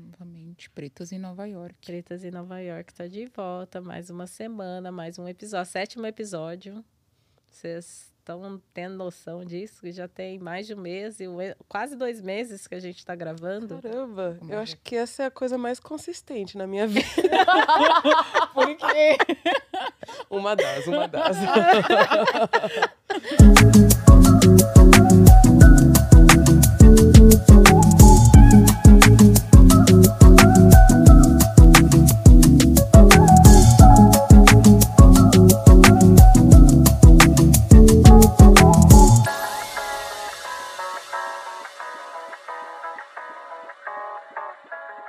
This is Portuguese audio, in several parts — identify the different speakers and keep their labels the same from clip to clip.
Speaker 1: Exatamente. Pretas em Nova York.
Speaker 2: Pretas em Nova York está de volta. Mais uma semana, mais um episódio. Sétimo episódio. Vocês estão tendo noção disso? Que já tem mais de um mês e um, quase dois meses que a gente está gravando.
Speaker 3: Caramba, eu acho que essa é a coisa mais consistente na minha vida. Porque. Uma das, uma das.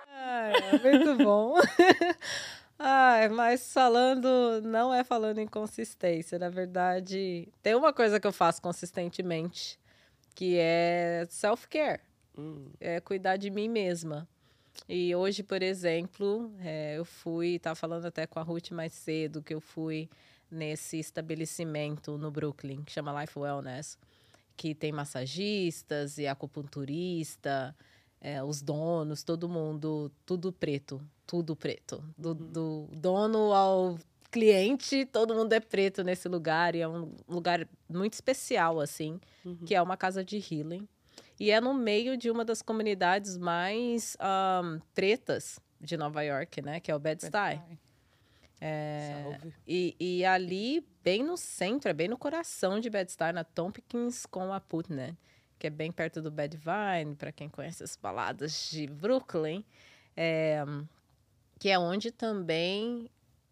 Speaker 2: Ai, Ah, é muito bom. Ai, mas falando, não é falando em consistência. Na verdade, tem uma coisa que eu faço consistentemente, que é self-care.
Speaker 3: Hum,
Speaker 2: é cuidar de mim mesma. E hoje, por exemplo, é, eu fui, tava falando até com a Ruth mais cedo, que eu fui nesse estabelecimento no Brooklyn, que chama Life Wellness, que tem massagistas e acupunturista, é, os donos, todo mundo, tudo preto, tudo preto. Do, do dono ao cliente, todo mundo é preto nesse lugar, e é um lugar muito especial, assim,
Speaker 3: uhum.
Speaker 2: que é uma casa de healing. E é no meio de uma das comunidades mais ahn, pretas de Nova York, né? Que é o Bed-Stuy.
Speaker 3: Salve.
Speaker 2: E, e ali, bem no centro, é bem no coração de Bed-Stuy, na Tompkins com a Putney, que é bem perto do Bedvine, para quem conhece as baladas de Brooklyn, é, que é onde também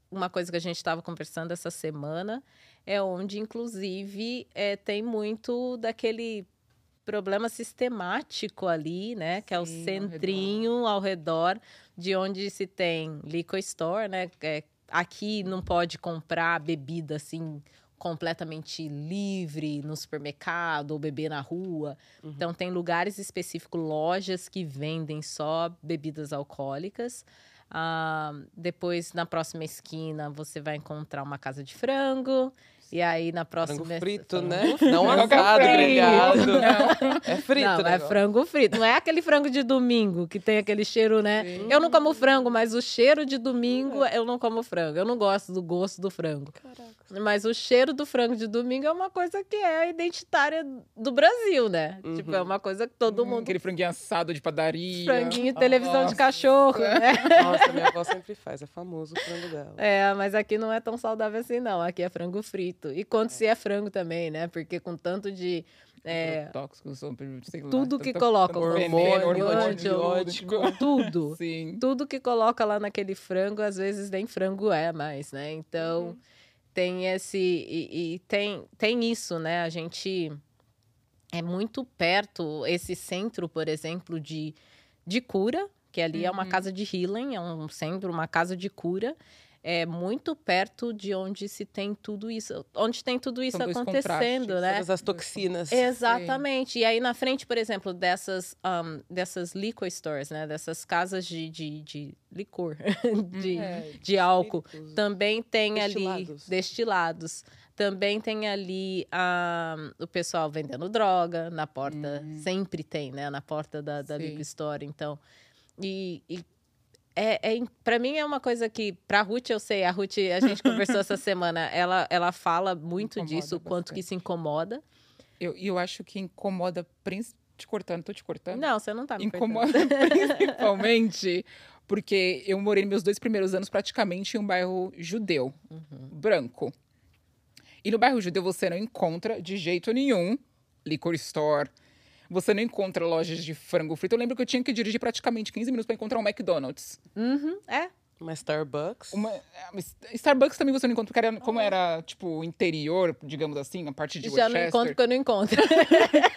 Speaker 2: uma coisa que a gente estava conversando essa semana é onde, inclusive, é, tem muito daquele problema sistemático ali, né? Que é o
Speaker 1: Sim, ao
Speaker 2: centrinho ao redor de onde se tem liquor store, né? é, aqui não pode comprar bebida assim completamente livre no supermercado ou beber na rua.
Speaker 3: Uhum.
Speaker 2: Então tem lugares específicos, lojas que vendem só bebidas alcoólicas. Ah, depois na próxima esquina você vai encontrar uma casa de frango e aí na próxima
Speaker 3: Frango frito,
Speaker 2: Frango
Speaker 3: né? Não
Speaker 1: Frango
Speaker 3: assado,
Speaker 1: frito.
Speaker 3: grelhado. É frito,
Speaker 2: não,
Speaker 3: né?
Speaker 2: é frango frito. Não é aquele frango de domingo que tem aquele cheiro, né?
Speaker 3: Sim.
Speaker 2: Eu não como frango, mas o cheiro de domingo eu não como frango. Eu não gosto do gosto do frango.
Speaker 3: Caraca.
Speaker 2: Mas o cheiro do frango de domingo é uma coisa que é identitária do Brasil, né?
Speaker 3: Uhum.
Speaker 2: Tipo, é uma coisa que todo mundo.
Speaker 1: Aquele franguinho assado de padaria.
Speaker 2: Franguinho, televisão de
Speaker 1: Nossa.
Speaker 2: cachorro,
Speaker 3: É.
Speaker 2: né?
Speaker 3: Nossa, minha avó sempre faz, é famoso o frango dela.
Speaker 2: É, mas aqui não é tão saudável assim, não. Aqui é frango frito. E quando se é frango também, né? Porque com tanto de. é,
Speaker 1: Tóxicos, sobre- sei lá,
Speaker 2: Tudo que
Speaker 1: tanto-
Speaker 2: colocam,
Speaker 1: tanto veneno,
Speaker 3: hormônio, né?
Speaker 1: antibiótico.
Speaker 2: tudo.
Speaker 1: Sim.
Speaker 2: tudo que coloca lá naquele frango, às vezes nem frango é mais, né? Então
Speaker 1: Uhum.
Speaker 2: tem esse. E, e tem, tem isso, né? A gente é muito perto, esse centro, por exemplo, de, de cura, que ali é uma
Speaker 1: Uhum.
Speaker 2: casa de healing, é um centro, uma casa de cura. É muito perto de onde se tem tudo isso, onde tem tudo isso
Speaker 1: dois
Speaker 2: acontecendo,
Speaker 1: contrastes,
Speaker 2: né?
Speaker 3: Todas as toxinas.
Speaker 2: Exatamente. E aí na frente, por exemplo, dessas, ahn, dessas liquor stores, né? Dessas casas de, de, de licor, de,
Speaker 3: É,
Speaker 2: de álcool.
Speaker 3: espíritos.
Speaker 1: Uhum.
Speaker 2: Também tem ali
Speaker 3: Destilados.
Speaker 2: destilados. Também tem ali ahn, o pessoal vendendo droga na porta.
Speaker 1: Hum.
Speaker 2: Sempre tem, né? Na porta da, da
Speaker 1: Sim.
Speaker 2: liquor store. Então, e... e é, é, para mim é uma coisa que para Ruth eu sei a Ruth a gente conversou essa semana ela ela fala muito
Speaker 1: Incomoda
Speaker 2: disso o quanto que
Speaker 1: bastante.
Speaker 2: se incomoda
Speaker 1: Eu, e eu acho que incomoda. Princ... Te cortando, tô te cortando.
Speaker 2: Não, você não tá me
Speaker 1: incomoda principalmente porque eu morei meus dois primeiros anos praticamente em um bairro judeu, branco. E no bairro judeu você não encontra de jeito nenhum liquor store. Você não encontra lojas de frango frito. Eu lembro que eu tinha que dirigir praticamente 15 minutos para encontrar um McDonald's.
Speaker 2: Uhum, é.
Speaker 3: Uma Starbucks.
Speaker 1: Uma, é, uma S- Starbucks também você não encontra, porque era, como era, tipo, interior, digamos assim, a parte de
Speaker 2: Já não encontro
Speaker 1: Westchester.
Speaker 2: porque eu não encontro.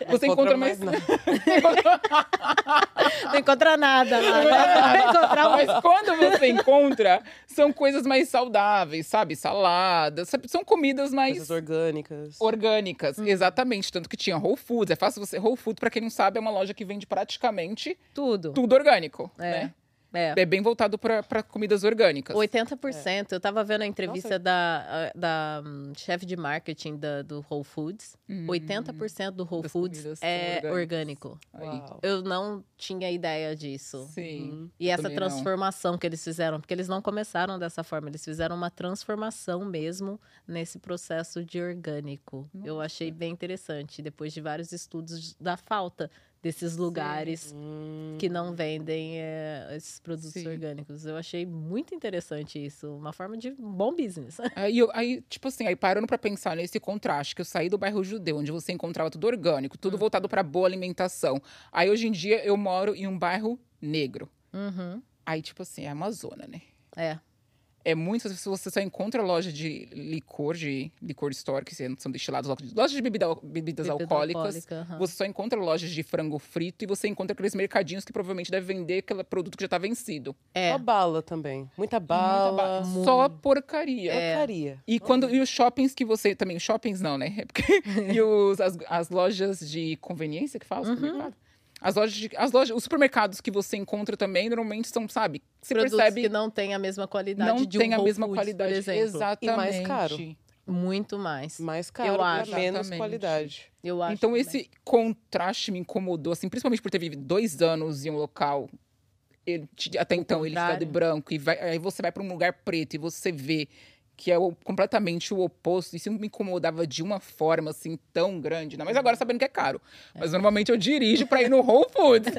Speaker 1: Você encontra mais...
Speaker 3: nada.
Speaker 2: não encontra nada lá. Vai encontrar um-
Speaker 1: Mas quando você encontra, são coisas mais saudáveis, sabe? Salada, sabe? são comidas mais
Speaker 3: Coisas orgânicas.
Speaker 1: orgânicas. Exatamente. Tanto que tinha Whole Foods. É fácil você. Whole Foods, pra quem não sabe, é uma loja que vende praticamente
Speaker 2: tudo.
Speaker 1: tudo orgânico,
Speaker 2: É.
Speaker 1: né?
Speaker 2: É.
Speaker 1: É bem voltado para comidas orgânicas.
Speaker 2: 80%. Eu tava vendo a entrevista da, da hum, chefe de marketing da, do Whole Foods.
Speaker 1: Uhum.
Speaker 2: 80% do Whole
Speaker 1: Hum. Das comidas
Speaker 2: Foods
Speaker 1: são
Speaker 2: é
Speaker 1: orgânicas.
Speaker 2: orgânico.
Speaker 1: Aí.
Speaker 3: Uau.
Speaker 2: Eu não tinha ideia disso.
Speaker 3: Uhum.
Speaker 1: Sim.
Speaker 2: E essa
Speaker 1: também não.
Speaker 2: transformação que eles fizeram, porque eles não começaram dessa forma, eles fizeram uma transformação mesmo nesse processo de orgânico. Eu achei bem interessante, depois de vários estudos da falta desses lugares
Speaker 3: Hum,
Speaker 2: que não vendem é, esses produtos
Speaker 1: Sim.
Speaker 2: orgânicos. Eu achei muito interessante isso, uma forma de um bom business.
Speaker 1: Aí, eu- aí, tipo assim, aí parando pra pensar nesse contraste, que eu saí do bairro judeu, onde você encontrava tudo orgânico, tudo voltado pra boa alimentação. Aí hoje em dia eu moro em um bairro negro.
Speaker 2: Uhum.
Speaker 1: Aí, tipo assim, é Amazônia, né?
Speaker 2: É,
Speaker 1: É muito se você só encontra loja de licor, de licor store, que são destilados, loja de bebida, bebidas
Speaker 2: bebida
Speaker 1: alcoólicas.
Speaker 2: alcoólica, aham.
Speaker 1: Você só encontra lojas de frango frito e você encontra aqueles mercadinhos que provavelmente devem vender aquele produto que já tá vencido.
Speaker 2: É,
Speaker 3: Só bala também.
Speaker 2: Tá
Speaker 3: Muita
Speaker 1: Muita ba-
Speaker 3: bala.
Speaker 1: Só porcaria.
Speaker 2: É.
Speaker 3: Porcaria.
Speaker 1: E quando e os shoppings que você também os shoppings não, né? É porque- e os, as, as lojas de conveniência que fala
Speaker 2: Uhum.
Speaker 1: supermercado. As lojas, de, as lojas, os supermercados que você encontra também normalmente são, sabe? Você
Speaker 2: produtos que
Speaker 1: percebe
Speaker 2: não têm a mesma qualidade
Speaker 1: não
Speaker 2: de um
Speaker 1: tem a
Speaker 2: Whole
Speaker 1: mesma
Speaker 2: Foods,
Speaker 1: qualidade,
Speaker 2: por exemplo.
Speaker 1: exatamente.
Speaker 3: E mais caro.
Speaker 2: Muito mais.
Speaker 3: Mais caro,
Speaker 2: Eu
Speaker 3: pra
Speaker 2: acho.
Speaker 3: menos
Speaker 1: Exatamente.
Speaker 3: qualidade.
Speaker 2: Eu acho
Speaker 1: Então
Speaker 2: também.
Speaker 1: esse contraste me incomodou, assim, principalmente por ter vivido dois anos em um local. ele te- até então ele está de
Speaker 2: contrário.
Speaker 1: branco e vai- aí você vai para um lugar preto e você vê que é o- completamente o oposto. Isso me incomodava de uma forma assim tão grande. Não, mas agora sabendo que é caro. Mas normalmente eu dirijo para ir no Whole Foods.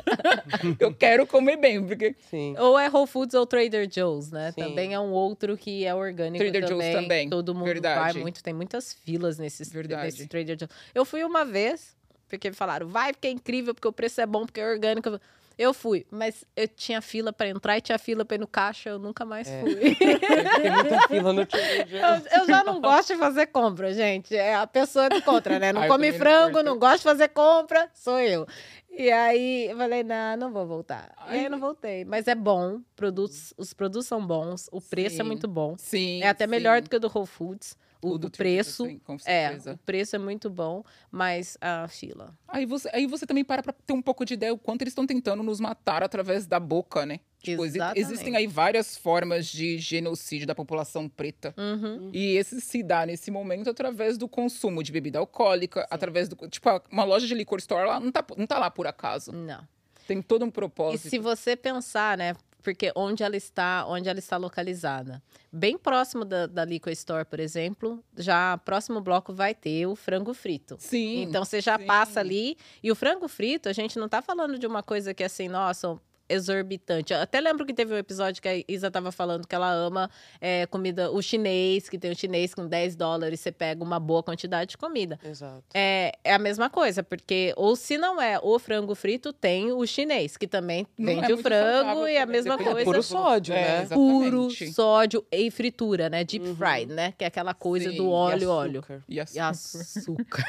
Speaker 1: eu quero comer bem, porque
Speaker 3: Sim.
Speaker 2: Ou é Whole Foods ou Trader Joe's, né?
Speaker 3: Sim.
Speaker 2: Também é um outro que é orgânico
Speaker 1: Trader Joe's
Speaker 2: também.
Speaker 1: também,
Speaker 2: Todo mundo
Speaker 1: verdade.
Speaker 2: vai muito. Tem muitas filas nesses,
Speaker 1: Verdade.
Speaker 2: nesse Trader Joe's. Eu fui uma vez, porque me falaram, vai, porque é incrível, porque o preço é bom, porque é orgânico. Eu fui, mas eu tinha fila pra entrar e tinha fila pra ir no caixa, eu nunca mais
Speaker 3: É.
Speaker 2: fui.
Speaker 3: Tem muita fila no Trader Joe's.
Speaker 2: Eu, eu já não gosto de fazer compra, gente. É a pessoa do contra, né? Não
Speaker 1: Ah, eu também
Speaker 2: come
Speaker 1: não
Speaker 2: frango,
Speaker 1: curto.
Speaker 2: não, gosto de fazer compra, sou eu. E aí eu falei, não, não vou voltar. E aí eu não voltei. Mas é bom, produtos, os produtos são bons, o preço é
Speaker 1: Sim.
Speaker 2: muito bom.
Speaker 1: sim.
Speaker 2: É até
Speaker 1: sim.
Speaker 2: melhor do que o do Whole Foods. O,
Speaker 1: do
Speaker 2: o
Speaker 1: Trader Joe's,
Speaker 2: preço.
Speaker 1: sim, assim, com
Speaker 2: É,
Speaker 1: certeza.
Speaker 2: o preço é muito bom, mas a fila.
Speaker 1: Aí você, aí você também para pra ter um pouco de ideia o quanto eles estão tentando nos matar através da boca, né? Tipo, exi-
Speaker 2: Exatamente.
Speaker 1: existem aí várias formas de genocídio da população preta.
Speaker 2: Uhum.
Speaker 1: E esse se dá nesse momento através do consumo de bebida alcoólica, através do. Tipo, a- uma loja de liquor store lá não tá, não tá lá por acaso.
Speaker 2: Não.
Speaker 1: Tem todo um
Speaker 2: E
Speaker 1: propósito.
Speaker 2: se você pensar, né? Porque onde ela está, onde ela está localizada. Bem próximo da, da Liquor Store, por exemplo, já próximo bloco vai ter o frango frito.
Speaker 1: Sim.
Speaker 2: então você já
Speaker 1: sim.
Speaker 2: passa ali. E o frango frito, a gente não tá falando de uma coisa que assim, nossa, exorbitante. Eu até lembro que teve um episódio que a Isa tava falando que ela ama é, comida, o chinês, que tem o chinês com 10 dólares, você pega uma boa quantidade de comida.
Speaker 3: Exato.
Speaker 2: É, é a mesma coisa, porque ou se não é o frango frito, tem o chinês, que também
Speaker 1: Não é
Speaker 2: vende o
Speaker 1: muito saudável
Speaker 2: frango e é a
Speaker 1: também,
Speaker 2: mesma
Speaker 1: depende do
Speaker 2: coisa.
Speaker 3: Puro
Speaker 1: produto.
Speaker 3: sódio,
Speaker 1: É,
Speaker 3: né?
Speaker 1: exatamente. Uhum.
Speaker 2: Puro sódio e fritura, né? Deep fried, né? Que é aquela coisa
Speaker 1: Sim, e
Speaker 2: do óleo,
Speaker 3: E
Speaker 2: óleo.
Speaker 3: açúcar.
Speaker 1: E, assim,
Speaker 2: E açúcar.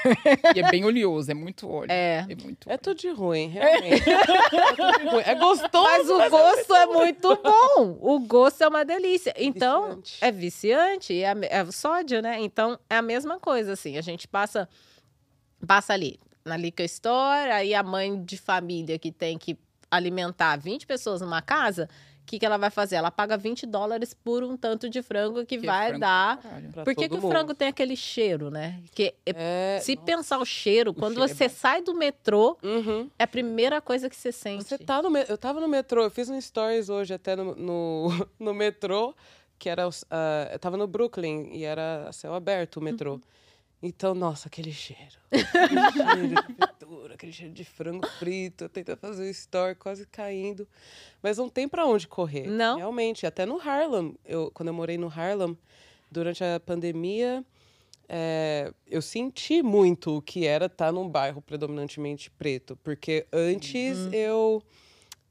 Speaker 1: e é bem oleoso, é muito óleo.
Speaker 2: É.
Speaker 1: muito
Speaker 3: É tudo de ruim, realmente. É, tudo de ruim. é gostoso.
Speaker 2: Mas o gosto é muito bom. O gosto é uma delícia.
Speaker 1: né?
Speaker 2: Então,
Speaker 3: viciante.
Speaker 2: é viciante, é, a me- é o sódio, né? Então, é a mesma coisa, assim. A gente passa, passa ali na Liquor Store, aí a mãe de família que tem que alimentar 20 pessoas numa casa, o que, que ela vai fazer? Ela paga 20 dólares por um tanto de frango que,
Speaker 1: Que é
Speaker 2: vai
Speaker 1: frango
Speaker 2: dar...
Speaker 1: pra caralho.
Speaker 3: Pra
Speaker 2: Por que,
Speaker 3: todo
Speaker 2: que o
Speaker 3: mundo.
Speaker 2: frango tem aquele cheiro, né? Que é-
Speaker 3: É,
Speaker 2: se
Speaker 3: nossa.
Speaker 2: pensar o cheiro, quando
Speaker 1: cheiro é
Speaker 2: você sai do metrô,
Speaker 3: Uhum.
Speaker 2: é a primeira coisa que você sente.
Speaker 3: Você tá no me- Eu tava no metrô, eu fiz um stories hoje até no, no, no metrô, que era. os- ah, eu tava no Brooklyn e era a céu aberto o metrô. Então, nossa, aquele cheiro. Aquele cheiro de fritura, aquele cheiro de frango frito. Eu tentando fazer o story, quase caindo. Mas não tem pra onde correr.
Speaker 2: Não.
Speaker 3: Realmente. Até no Harlem. Eu, quando eu morei no Harlem, durante a pandemia, é, eu senti muito o que era estar num bairro predominantemente preto. Porque antes
Speaker 1: Uhum.
Speaker 3: eu.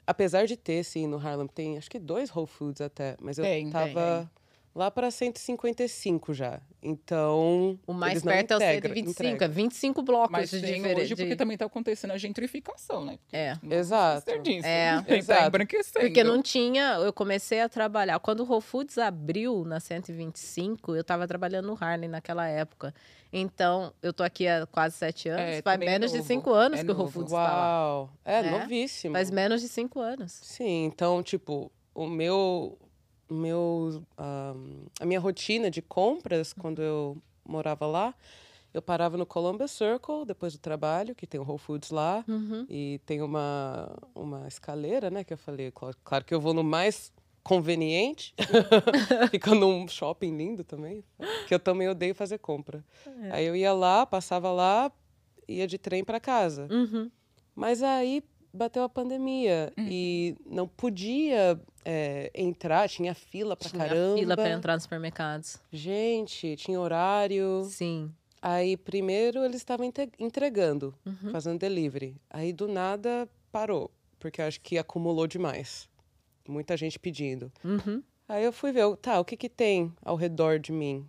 Speaker 3: Apesar de ter, sim, no Harlem, tem acho que dois Whole Foods até, mas eu
Speaker 1: Tem, tem,
Speaker 3: tava
Speaker 1: tem.
Speaker 3: lá para 155 já. Então.
Speaker 2: O mais
Speaker 3: eles não
Speaker 2: perto é o
Speaker 3: integra-
Speaker 2: 125,
Speaker 3: entregam.
Speaker 2: é 25 blocos
Speaker 1: Mas
Speaker 2: de
Speaker 1: tem
Speaker 2: diferença.
Speaker 1: hoje, porque também tá acontecendo a gentrificação, né? Porque
Speaker 2: É.
Speaker 1: não vamos
Speaker 3: Exato.
Speaker 1: esquecer disso.
Speaker 2: É.
Speaker 1: Tá
Speaker 3: Exato.
Speaker 1: embranquecendo.
Speaker 2: Porque não tinha, eu comecei a trabalhar. Quando o Whole Foods abriu na 125, eu tava trabalhando no Harlem naquela época. Então, eu tô aqui há quase sete anos.
Speaker 1: É,
Speaker 2: faz
Speaker 1: também é
Speaker 2: menos de
Speaker 1: novo.
Speaker 2: cinco anos
Speaker 1: É
Speaker 2: que o Whole
Speaker 1: novo.
Speaker 2: Foods tá lá.
Speaker 3: Uau! É,
Speaker 2: Né?
Speaker 3: novíssimo.
Speaker 2: Faz menos de cinco anos.
Speaker 3: Sim, então, tipo, o meu, o meu ahm, a minha rotina de compras quando eu morava lá, eu parava no Columbus Circle depois do trabalho, que tem o Whole Foods lá
Speaker 2: Uhum,
Speaker 3: e tem uma uma escaleira, né, que eu falei, cla- claro que eu vou no mais conveniente. Fica num shopping lindo também, que eu também odeio fazer compra. Aí eu ia lá, passava lá, ia de trem para casa.
Speaker 2: Uhum.
Speaker 3: Mas aí bateu a pandemia
Speaker 1: Uhum.
Speaker 3: e não podia é, entrar, tinha fila pra
Speaker 2: Tinha
Speaker 3: caramba.
Speaker 2: fila para entrar nos supermercados.
Speaker 3: Gente, tinha horário.
Speaker 2: Sim.
Speaker 3: Aí primeiro eles estavam inte- entregando,
Speaker 1: Uhum.
Speaker 3: fazendo delivery. Aí do nada parou, porque eu acho que acumulou demais. Muita gente pedindo.
Speaker 2: Uhum.
Speaker 3: Aí eu fui ver, eu, tá, o que que tem ao redor de mim?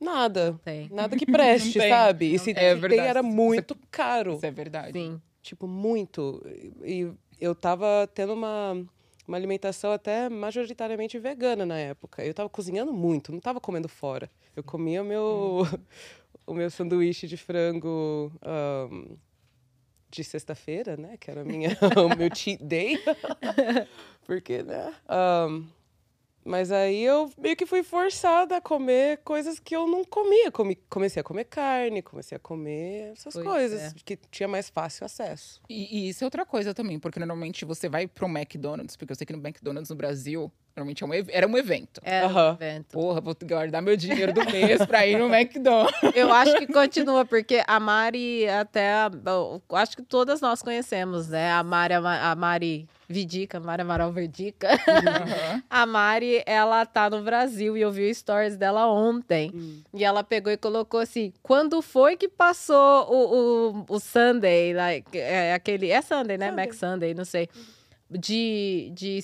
Speaker 3: Nada.
Speaker 2: Tem.
Speaker 3: Nada que preste,
Speaker 1: tem,
Speaker 3: sabe? E
Speaker 1: não
Speaker 3: se
Speaker 1: tem. É
Speaker 3: se tem
Speaker 1: verdade.
Speaker 3: era
Speaker 1: Você-
Speaker 3: muito caro.
Speaker 1: Isso é verdade.
Speaker 2: Sim.
Speaker 3: Tipo, muito. E e eu tava tendo uma, uma alimentação até majoritariamente vegana na época. Eu tava cozinhando muito, não tava comendo fora. Eu comia o meu,
Speaker 2: Hum.
Speaker 3: o meu sanduíche de frango ahn, de sexta-feira, né? Que era a minha, o meu cheat day. Porque, né? ahn, mas aí eu meio que fui forçada a comer coisas que eu não comia. Come- comecei a comer carne, comecei a comer essas
Speaker 2: Pois
Speaker 3: coisas
Speaker 2: é.
Speaker 3: que tinha mais fácil acesso.
Speaker 1: E, e isso é outra coisa também, porque normalmente você vai pro McDonald's, porque eu sei que no McDonald's no Brasil, normalmente é um ev- era um evento.
Speaker 2: Era um
Speaker 3: Aham.
Speaker 2: evento.
Speaker 1: Porra, vou guardar meu dinheiro do mês pra ir no McDonald's.
Speaker 2: Eu acho que continua, porque a Mari até. a- eu acho que todas nós conhecemos, né? A Mari, a Mari Vidica, Mari Amaral Verdica.
Speaker 1: Aham.
Speaker 2: A Mari, ela tá no Brasil e eu vi stories dela ontem.
Speaker 3: Hum.
Speaker 2: E ela pegou e colocou assim: quando foi que passou o, o, o Sunday? Like, é, aquele, é Sunday, né?
Speaker 3: Sunday.
Speaker 2: Mac Sunday, não sei. De, de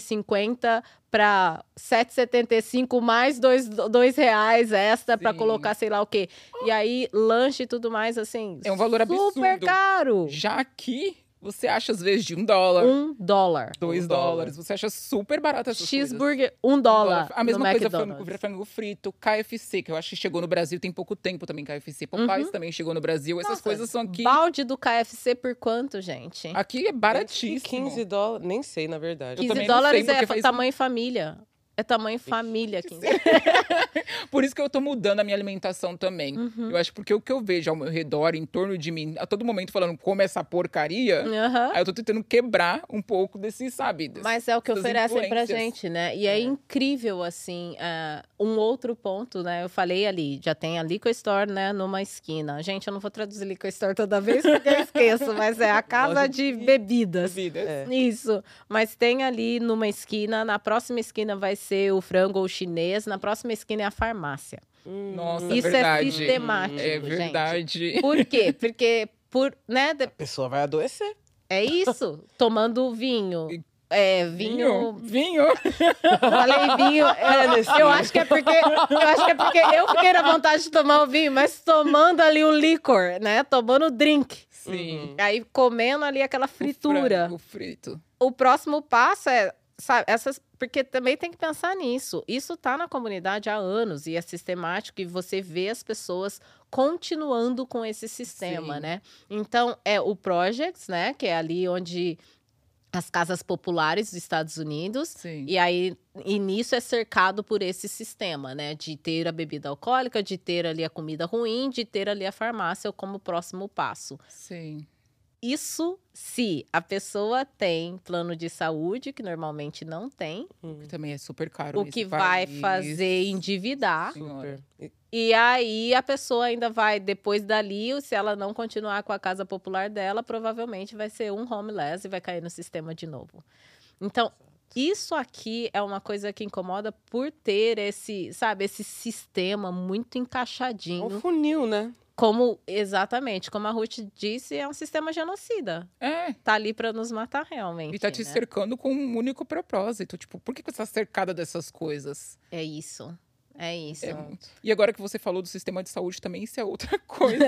Speaker 2: 5,50 para 7,75 mais dois, dois reais extra pra
Speaker 1: Sim.
Speaker 2: colocar sei lá o quê. E aí, lanche e tudo mais, assim.
Speaker 1: É um valor
Speaker 2: super
Speaker 1: absurdo.
Speaker 2: caro.
Speaker 1: Já aqui, você acha às vezes de um dólar,
Speaker 2: Um dólar.
Speaker 1: dois
Speaker 3: Um dólar.
Speaker 1: dólares. Você acha super barato essas coisas.
Speaker 2: Cheeseburger, um dólar.
Speaker 1: A mesma
Speaker 2: no
Speaker 1: coisa
Speaker 2: McDonald's.
Speaker 1: frango, frango frito, KFC, que eu acho que chegou no Brasil tem pouco tempo também, KFC. Popeyes também chegou no Brasil. Tipo, Essas
Speaker 2: Uhum. Nossa,
Speaker 1: coisas são aqui.
Speaker 2: Balde do KFC por quanto, gente?
Speaker 1: Aqui é
Speaker 3: Baratíssimo.
Speaker 1: baratíssimo.
Speaker 3: 15 dólares, nem sei, na verdade.
Speaker 1: Eu
Speaker 2: 15
Speaker 1: também não sei,
Speaker 2: dólares é
Speaker 1: porque
Speaker 2: fa-
Speaker 1: faz-
Speaker 2: tamanho família. É tamanho família, 15.
Speaker 1: Por isso que eu tô mudando a minha alimentação também.
Speaker 2: Uhum.
Speaker 1: Eu acho porque o que eu vejo ao meu redor, em torno de mim, a todo momento falando como essa porcaria,
Speaker 2: Aham.
Speaker 1: aí eu tô tentando quebrar um pouco desse, sabe? desse-
Speaker 2: Mas é o que
Speaker 1: essas
Speaker 2: oferecem pra
Speaker 1: influências.
Speaker 2: gente, né? E é, incrível, assim, ah, um outro ponto, né? Eu falei ali, já tem a Liquor Store, né, numa esquina. Gente, eu não vou traduzir Liquor Store toda vez porque eu esqueço, mas é a casa
Speaker 3: Loja
Speaker 2: de bebidas.
Speaker 1: Vida.
Speaker 3: É.
Speaker 2: Isso, mas tem ali numa esquina, na próxima esquina vai ser o frango ou o chinês, na próxima esquina é a farmácia.
Speaker 1: Nossa,
Speaker 2: Isso é
Speaker 1: verdade.
Speaker 2: sistemático,
Speaker 1: É
Speaker 2: gente.
Speaker 1: verdade.
Speaker 2: Por quê? Porque por, né, de-
Speaker 3: A pessoa vai adoecer.
Speaker 2: É isso, tomando vinho. É, vinho.
Speaker 1: Vinho.
Speaker 2: Falei vinho. é, eu acho que é porque eu acho que é porque eu fiquei na vontade de tomar o vinho, mas tomando ali o licor, né? Tomando o drink.
Speaker 1: Sim.
Speaker 2: Aí comendo ali aquela fritura.
Speaker 1: O frito.
Speaker 2: O próximo passo é, sabe, essas porque também tem que pensar nisso. Isso tá na comunidade há anos e é sistemático e você vê as pessoas continuando com esse sistema,
Speaker 1: Sim.
Speaker 2: né? Então, é o Projects, né, que é ali onde as casas populares dos Estados Unidos
Speaker 1: Sim.
Speaker 2: e aí, e nisso é cercado por esse sistema, né? De ter a bebida alcoólica, de ter ali a comida ruim, de ter ali a farmácia como próximo passo.
Speaker 1: Sim.
Speaker 2: Isso se a pessoa tem plano de saúde, que normalmente não tem,
Speaker 1: Que também é super caro.
Speaker 2: o
Speaker 1: nesse
Speaker 2: que vai
Speaker 1: país.
Speaker 2: fazer endividar.
Speaker 1: Senhora.
Speaker 3: E-
Speaker 2: E aí a pessoa ainda vai, depois dali, se ela não continuar com a casa popular dela, provavelmente vai ser um homeless e vai cair no sistema de novo. Então, isso aqui é uma coisa que incomoda por ter esse, sabe, esse sistema muito
Speaker 3: É
Speaker 2: encaixadinho.
Speaker 3: um funil, né?
Speaker 2: Como, exatamente, como a Ruth disse, é um sistema genocida.
Speaker 1: É.
Speaker 2: Tá ali para nos matar realmente.
Speaker 1: E tá te
Speaker 2: né?
Speaker 1: cercando com um único propósito. Tipo, por que que você tá cercada dessas coisas?
Speaker 2: É isso. É isso.
Speaker 3: Então,
Speaker 1: É E agora que você falou do sistema de saúde também, isso é outra coisa.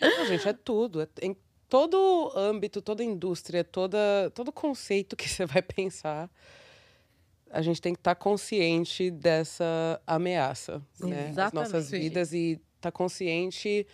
Speaker 3: Não, gente, é tudo. É t- em todo âmbito, toda indústria, toda, todo conceito que você vai pensar, a gente tem que estar consciente dessa ameaça, né? As nossas
Speaker 2: Exatamente.
Speaker 3: vidas e estar consciente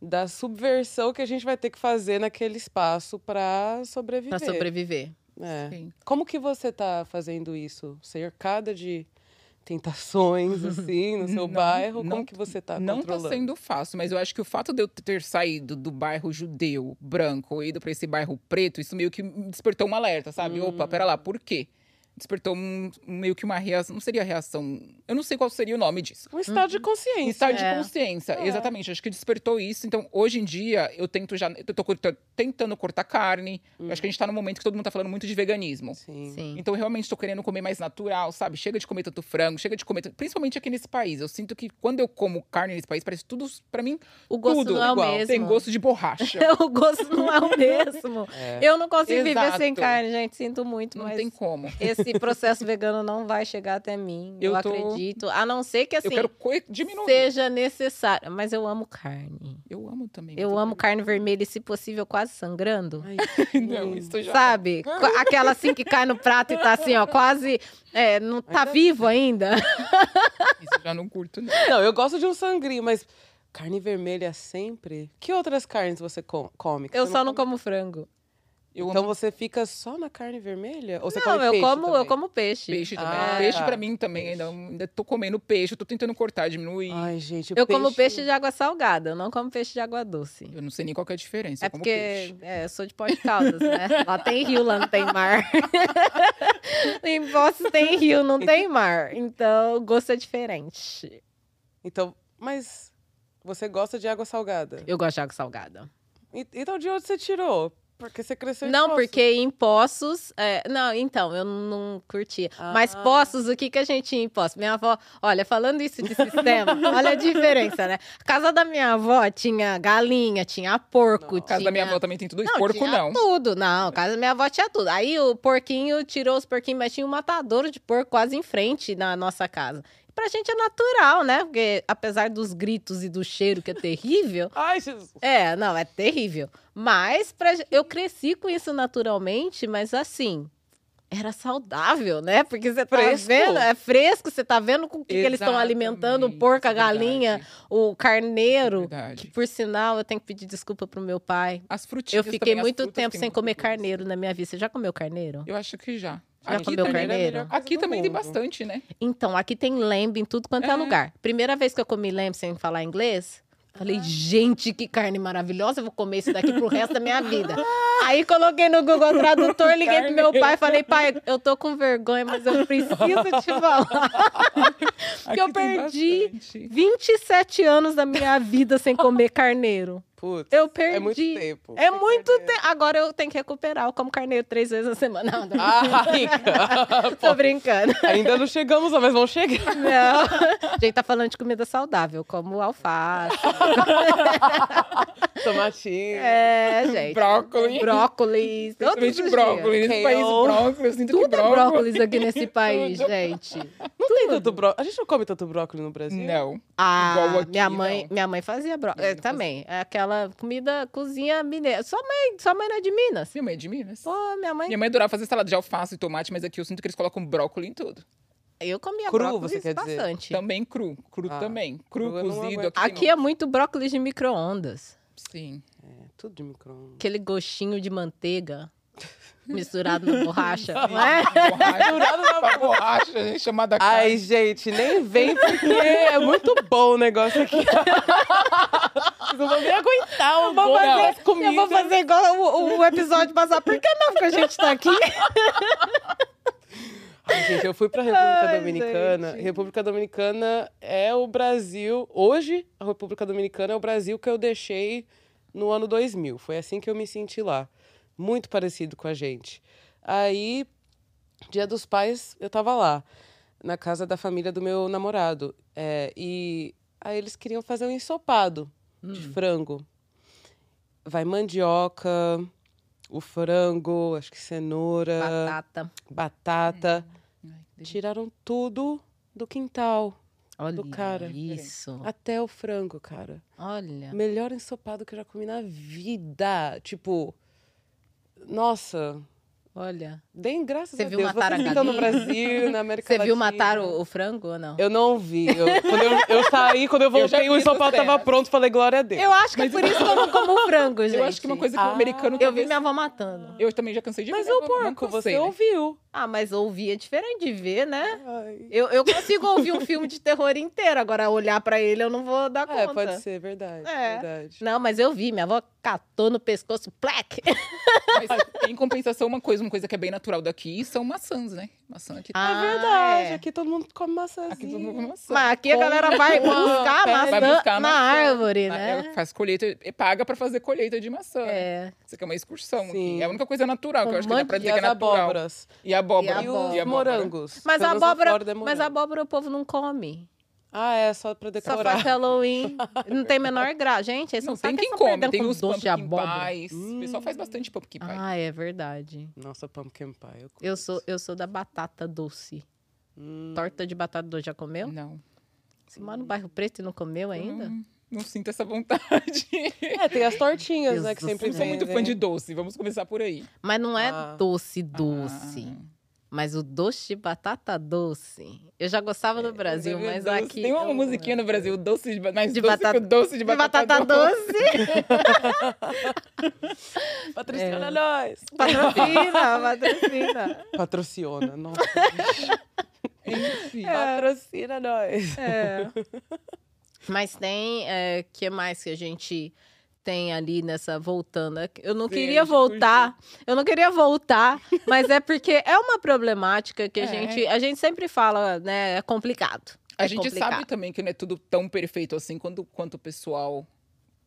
Speaker 3: da subversão que a gente vai ter que fazer naquele espaço para sobreviver.
Speaker 2: Para sobreviver.
Speaker 3: É.
Speaker 1: Sim.
Speaker 3: Como que você tá fazendo isso? Cercada de tentações, assim, no seu
Speaker 1: Não,
Speaker 3: bairro?
Speaker 1: não-
Speaker 3: Como que você tá
Speaker 1: não tá
Speaker 3: controlando?
Speaker 1: sendo fácil, mas eu acho que o fato de eu ter saído do bairro judeu, branco, e ido pra esse bairro preto, isso meio que me despertou um alerta, sabe?
Speaker 3: Hum.
Speaker 1: Opa, pera lá, por quê? Despertou um- meio que uma reação, não seria reação, eu não sei qual seria o nome disso.
Speaker 3: Um estado de consciência.
Speaker 1: Estado de
Speaker 2: É.
Speaker 1: consciência,
Speaker 3: É.
Speaker 1: exatamente. Acho que despertou isso. Então, hoje em dia, eu tento já. Eu tô corta- tentando cortar carne. Eu Acho que a
Speaker 3: Hum.
Speaker 1: gente tá num momento que todo mundo tá falando muito de veganismo.
Speaker 3: Sim.
Speaker 2: Sim.
Speaker 1: Então, eu realmente tô querendo comer mais natural, sabe? Chega de comer tanto frango, chega de comer. tanto- Principalmente aqui nesse país. Eu sinto que quando eu como carne nesse país, parece tudo. Pra mim,
Speaker 2: O gosto
Speaker 1: tudo
Speaker 2: não é o
Speaker 1: igual.
Speaker 2: mesmo.
Speaker 1: Tem gosto de borracha.
Speaker 2: o gosto não é o mesmo.
Speaker 3: É.
Speaker 2: Eu não consigo viver
Speaker 1: Exato.
Speaker 2: sem carne, gente. Sinto muito,
Speaker 1: não
Speaker 2: mas
Speaker 1: tem como.
Speaker 2: esse processo vegano não vai chegar até mim. Eu,
Speaker 1: Eu tô-
Speaker 2: acredito. A não ser que assim
Speaker 1: eu quero co- diminuir.
Speaker 2: seja necessário. Mas eu amo carne.
Speaker 1: Eu amo também.
Speaker 2: Eu
Speaker 1: muito
Speaker 2: amo carne vermelha e, se possível, quase sangrando.
Speaker 3: Ai,
Speaker 1: bem. Não, isso já.
Speaker 2: Sabe? Qu- Aquela assim que cai no prato e tá assim, ó, quase. é, não tá vivo ainda.
Speaker 1: Isso eu já não curto, não.
Speaker 3: Não, eu gosto de um sangrinho, mas carne vermelha sempre. Que outras carnes você co- come? que
Speaker 2: Eu
Speaker 3: você
Speaker 2: só não como frango.
Speaker 1: Eu
Speaker 3: Então
Speaker 1: amo
Speaker 3: você fica só na carne vermelha? Ou você
Speaker 2: não,
Speaker 3: come
Speaker 2: eu
Speaker 3: peixe
Speaker 2: como, eu
Speaker 3: também?
Speaker 2: como peixe.
Speaker 1: peixe também.
Speaker 3: Ah,
Speaker 1: peixe
Speaker 3: tá.
Speaker 1: pra mim também. Ainda, ainda tô comendo peixe. Eu tô tentando cortar, diminuir.
Speaker 2: Ah.
Speaker 3: Ai, gente, o
Speaker 2: Eu como peixe de água salgada, eu não como peixe de água doce.
Speaker 1: Eu não sei nem qual que é a diferença.
Speaker 2: É
Speaker 1: eu como
Speaker 2: porque
Speaker 1: peixe.
Speaker 2: é, eu sou de Pós de Caldas, né? Lá tem rio, lá não tem mar. em Poços tem rio, não tem mar. Então o gosto é diferente.
Speaker 3: Então, mas você gosta de água salgada.
Speaker 2: Eu gosto de água salgada.
Speaker 3: E- Então de onde você tirou? Porque você cresceu em
Speaker 2: não,
Speaker 3: Poços.
Speaker 2: porque em Poços. é, não, então, eu não curtia. Mas
Speaker 3: Ah.
Speaker 2: Poços, o que, que a gente tinha em Poços? Minha avó, olha, falando isso de sistema, olha a diferença, né? A casa da minha avó tinha galinha, tinha porco,
Speaker 3: Não.
Speaker 1: A casa da minha
Speaker 2: tinha-
Speaker 1: avó também tem tudo isso. Porco
Speaker 2: tinha
Speaker 1: não.
Speaker 2: tudo. Não, a casa da minha avó tinha tudo. Aí o porquinho tirou os porquinhos, mas tinha um matadouro de porco quase em frente na nossa casa. E pra gente é natural, né? Porque apesar dos gritos e do cheiro que é terrível,
Speaker 3: Ai, Jesus.
Speaker 2: é, não, é terrível. Mas pra, gen- eu cresci com isso naturalmente, mas assim, era saudável, né? Porque você tá
Speaker 3: Fresco.
Speaker 2: vendo, é fresco, você tá vendo com o que, que eles estão
Speaker 1: Exatamente,
Speaker 2: alimentando, o porco, a
Speaker 1: verdade,
Speaker 2: galinha, o carneiro. Que,
Speaker 1: é Verdade.
Speaker 2: por sinal, eu tenho que pedir desculpa pro meu pai.
Speaker 1: As
Speaker 2: Eu
Speaker 1: frutinhas
Speaker 2: fiquei
Speaker 1: também, as
Speaker 2: muito
Speaker 1: frutas
Speaker 2: tempo
Speaker 1: têm
Speaker 2: sem
Speaker 1: muito
Speaker 2: comer
Speaker 1: tudo isso.
Speaker 2: carneiro na minha vida. Você já comeu carneiro?
Speaker 1: Eu acho que já.
Speaker 2: Já
Speaker 1: aqui
Speaker 2: comeu
Speaker 1: também, né?
Speaker 3: é a melhor
Speaker 2: carneiro?
Speaker 3: coisa
Speaker 1: aqui
Speaker 3: do
Speaker 1: também tem
Speaker 3: mundo.
Speaker 1: bastante, né?
Speaker 2: Então, aqui tem lamb em tudo quanto é,
Speaker 1: É.
Speaker 2: lugar. Primeira vez que eu comi lamb sem falar inglês, falei, gente, que carne maravilhosa, eu vou comer isso daqui pro resto da minha vida. Aí coloquei no Google Tradutor, liguei pro meu pai, falei, pai, eu tô com vergonha, mas eu preciso te falar.
Speaker 1: Aqui tem
Speaker 2: eu perdi.
Speaker 1: bastante.
Speaker 2: 27 anos da minha vida sem comer carneiro.
Speaker 3: Putz,
Speaker 2: Eu perdi.
Speaker 3: é muito tempo.
Speaker 2: É muito tempo. Agora eu tenho que recuperar. Eu como carneiro três vezes na semana. Não,
Speaker 3: Ah,
Speaker 2: tô-
Speaker 3: Ai, cara.
Speaker 2: tô brincando.
Speaker 3: Ainda não chegamos, lá, mas vão chegar.
Speaker 2: Não. A gente tá falando de comida saudável, como alface.
Speaker 3: Tomatinho.
Speaker 2: É, gente.
Speaker 1: Brócolis.
Speaker 2: Brócolis. todos
Speaker 1: Principalmente
Speaker 2: os
Speaker 1: brócolis. Nesse
Speaker 2: dias.
Speaker 3: Kale.
Speaker 1: país, brócolis. Eu sinto
Speaker 2: Tudo
Speaker 1: que
Speaker 2: é
Speaker 1: brócolis.
Speaker 2: brócolis aqui nesse país, gente.
Speaker 3: Não tem tanto brócolis. A gente não come tanto brócolis no Brasil?
Speaker 1: Não.
Speaker 2: Ah,
Speaker 1: Igual aqui,
Speaker 2: minha mãe,
Speaker 1: não.
Speaker 2: minha mãe fazia brócolis.
Speaker 1: Minha mãe
Speaker 2: também. É Aquela comida cozinha mineira. Sua mãe, sua mãe não é de Minas?
Speaker 1: Minha mãe é de Minas.
Speaker 2: Pô, minha mãe.
Speaker 1: Minha mãe adorava fazer salada de alface e tomate, mas aqui eu sinto que eles colocam brócolis em tudo.
Speaker 2: Eu comia
Speaker 3: Cru,
Speaker 2: brócolis
Speaker 3: você quer dizer?
Speaker 2: bastante.
Speaker 1: Também cru. Cru
Speaker 3: Ah,
Speaker 1: também. Cru,
Speaker 3: cru eu não
Speaker 1: cozido.
Speaker 3: aguento.
Speaker 1: Aqui,
Speaker 2: Aqui é muito brócolis de micro-ondas.
Speaker 1: Sim.
Speaker 3: É, tudo de micro-ondas.
Speaker 2: Aquele gostinho de manteiga misturado na borracha, não é?
Speaker 1: Borracha.
Speaker 3: Jurado na
Speaker 1: Uma borracha né, chamada
Speaker 3: Ai, gente, nem vem porque é muito bom o negócio aqui. Vocês não vão nem aguentar. Eu vou
Speaker 1: fazer
Speaker 3: comida.
Speaker 2: Eu vou fazer igual o, o episódio passar. Por que não que a gente tá aqui?
Speaker 3: Ai, gente, eu fui pra República
Speaker 2: Ai,
Speaker 3: Dominicana.
Speaker 2: gente.
Speaker 3: República Dominicana é o Brasil. Hoje, a República Dominicana é o Brasil que eu deixei no ano 2000. Foi assim que eu me senti lá. Muito parecido com a gente. Aí, Dia dos Pais, eu tava lá, na casa da família do meu namorado. É, e aí eles queriam fazer um ensopado de
Speaker 2: Hum.
Speaker 3: frango. Vai mandioca, o frango, acho que cenoura
Speaker 2: Batata.
Speaker 3: batata.
Speaker 1: Ai, que delícia.
Speaker 3: Tiraram tudo do quintal,
Speaker 2: Olha
Speaker 3: do cara.
Speaker 2: isso.
Speaker 3: até o frango, cara.
Speaker 2: Olha.
Speaker 3: Melhor ensopado que eu já comi na vida. Tipo, nossa,
Speaker 2: Olha.
Speaker 3: Deem graças
Speaker 2: Você
Speaker 3: a
Speaker 2: viu
Speaker 3: Deus.
Speaker 2: matar a
Speaker 3: Vocês que estão no
Speaker 2: galinha?
Speaker 3: Brasil, na América
Speaker 2: Você
Speaker 3: Latina.
Speaker 2: viu matar o, o frango ou não?
Speaker 3: Eu não vi. Eu, quando eu, eu saí, quando eu
Speaker 1: Eu já
Speaker 3: voltei, o
Speaker 1: vi
Speaker 3: São Paulo
Speaker 1: essas
Speaker 3: tava
Speaker 1: cenas.
Speaker 3: pronto, falei glória a Deus.
Speaker 2: Eu acho que é por isso que eu não como frango, gente.
Speaker 1: Eu acho que uma coisa que o
Speaker 3: Ah.
Speaker 1: americano
Speaker 2: Eu vi
Speaker 1: talvez...
Speaker 2: minha avó matando.
Speaker 1: Eu também já cansei de
Speaker 3: Mas é
Speaker 1: ver,
Speaker 3: o
Speaker 1: não
Speaker 3: porco,
Speaker 1: cansei,
Speaker 3: você
Speaker 1: né?
Speaker 3: ouviu.
Speaker 2: Ah, mas ouvir é diferente de ver, né?
Speaker 3: Ai.
Speaker 2: Eu, eu consigo ouvir um filme de terror inteiro, agora olhar pra ele eu não vou dar conta.
Speaker 3: É, pode ser, verdade.
Speaker 2: É.
Speaker 3: verdade.
Speaker 2: Não, mas eu vi, minha avó catou no pescoço, plaque!
Speaker 1: Mas, em compensação, uma coisa, uma coisa que é bem natural daqui são maçãs, né? Maçã aqui.
Speaker 2: Ah,
Speaker 3: é verdade,
Speaker 2: é.
Speaker 3: aqui todo mundo come maçãzinha.
Speaker 1: Aqui todo mundo come maçã.
Speaker 2: Mas aqui a
Speaker 3: Come
Speaker 2: galera vai
Speaker 3: uma
Speaker 2: buscar a
Speaker 3: pele.
Speaker 2: maçã
Speaker 1: Vai buscar a
Speaker 2: na
Speaker 1: maçã.
Speaker 2: árvore,
Speaker 1: Ah,
Speaker 2: né?
Speaker 1: ela Faz colheita, e paga pra fazer colheita de maçã. né?
Speaker 2: É.
Speaker 1: Isso aqui é uma excursão. aqui.
Speaker 3: Sim.
Speaker 1: É a única coisa natural, que eu
Speaker 2: Um
Speaker 1: acho que dá pra
Speaker 2: monte
Speaker 3: E
Speaker 1: dizer que é
Speaker 3: as
Speaker 1: natural.
Speaker 3: abóboras.
Speaker 1: E a abóbora.
Speaker 2: E
Speaker 3: E
Speaker 2: abóbora.
Speaker 3: os morangos.
Speaker 2: Mas
Speaker 3: Pelo
Speaker 2: a,
Speaker 3: menos na
Speaker 2: abóbora,
Speaker 3: Flórida é
Speaker 2: mas
Speaker 3: morango.
Speaker 2: a abóbora o povo não come.
Speaker 3: Ah, é, só pra
Speaker 2: Só
Speaker 3: decorar.
Speaker 2: faz Halloween. não tem menor graça. Gente, eles
Speaker 1: Não,
Speaker 2: não,
Speaker 1: tem
Speaker 2: sabem
Speaker 1: quem
Speaker 2: que
Speaker 1: come, tem os
Speaker 2: doce de
Speaker 1: pumpkin
Speaker 2: abóbora.
Speaker 1: pies. O pessoal faz bastante pumpkin pie.
Speaker 2: Ah, é verdade.
Speaker 3: Nossa, pumpkin pie. Eu,
Speaker 2: Eu
Speaker 3: curto.
Speaker 2: sou, eu sou da batata doce.
Speaker 3: Hum.
Speaker 2: Torta de batata doce já comeu?
Speaker 1: Não.
Speaker 2: Você mora no bairro preto e não comeu ainda?
Speaker 1: Não, não sinto essa vontade.
Speaker 3: É, tem as tortinhas,
Speaker 2: Deus
Speaker 3: né, que
Speaker 2: do
Speaker 3: sempre
Speaker 1: Eu não sou
Speaker 3: vem.
Speaker 1: muito fã de doce, vamos começar por aí. Ah.
Speaker 2: Mas não é
Speaker 3: Ah.
Speaker 2: doce, doce. Mas o doce de batata doce. Eu já gostava no Brasil, mas
Speaker 1: É, doce.
Speaker 2: aqui.
Speaker 1: Tem uma
Speaker 2: eu-
Speaker 1: musiquinha no Brasil, doce de, ba- mais
Speaker 2: De
Speaker 1: doce
Speaker 2: batata-
Speaker 1: que o doce de
Speaker 2: De
Speaker 1: batata,
Speaker 2: batata, doce.
Speaker 1: É.
Speaker 3: Patrocina nós!
Speaker 2: patrocina, patrocina.
Speaker 3: Patrociona, nossa.
Speaker 1: Enfim.
Speaker 3: Patrocina nós.
Speaker 2: É. Mas tem. O que mais que a gente tem ali nessa voltando? É Eu não
Speaker 1: Sim, a
Speaker 2: queria
Speaker 1: gente
Speaker 2: voltar. Eu não queria voltar, mas é porque é uma problemática que a
Speaker 1: É.
Speaker 2: gente. A gente sempre fala, né? É complicado.
Speaker 1: A
Speaker 2: É
Speaker 1: gente
Speaker 2: complicado.
Speaker 1: sabe também que não é tudo tão perfeito assim quanto, quanto o pessoal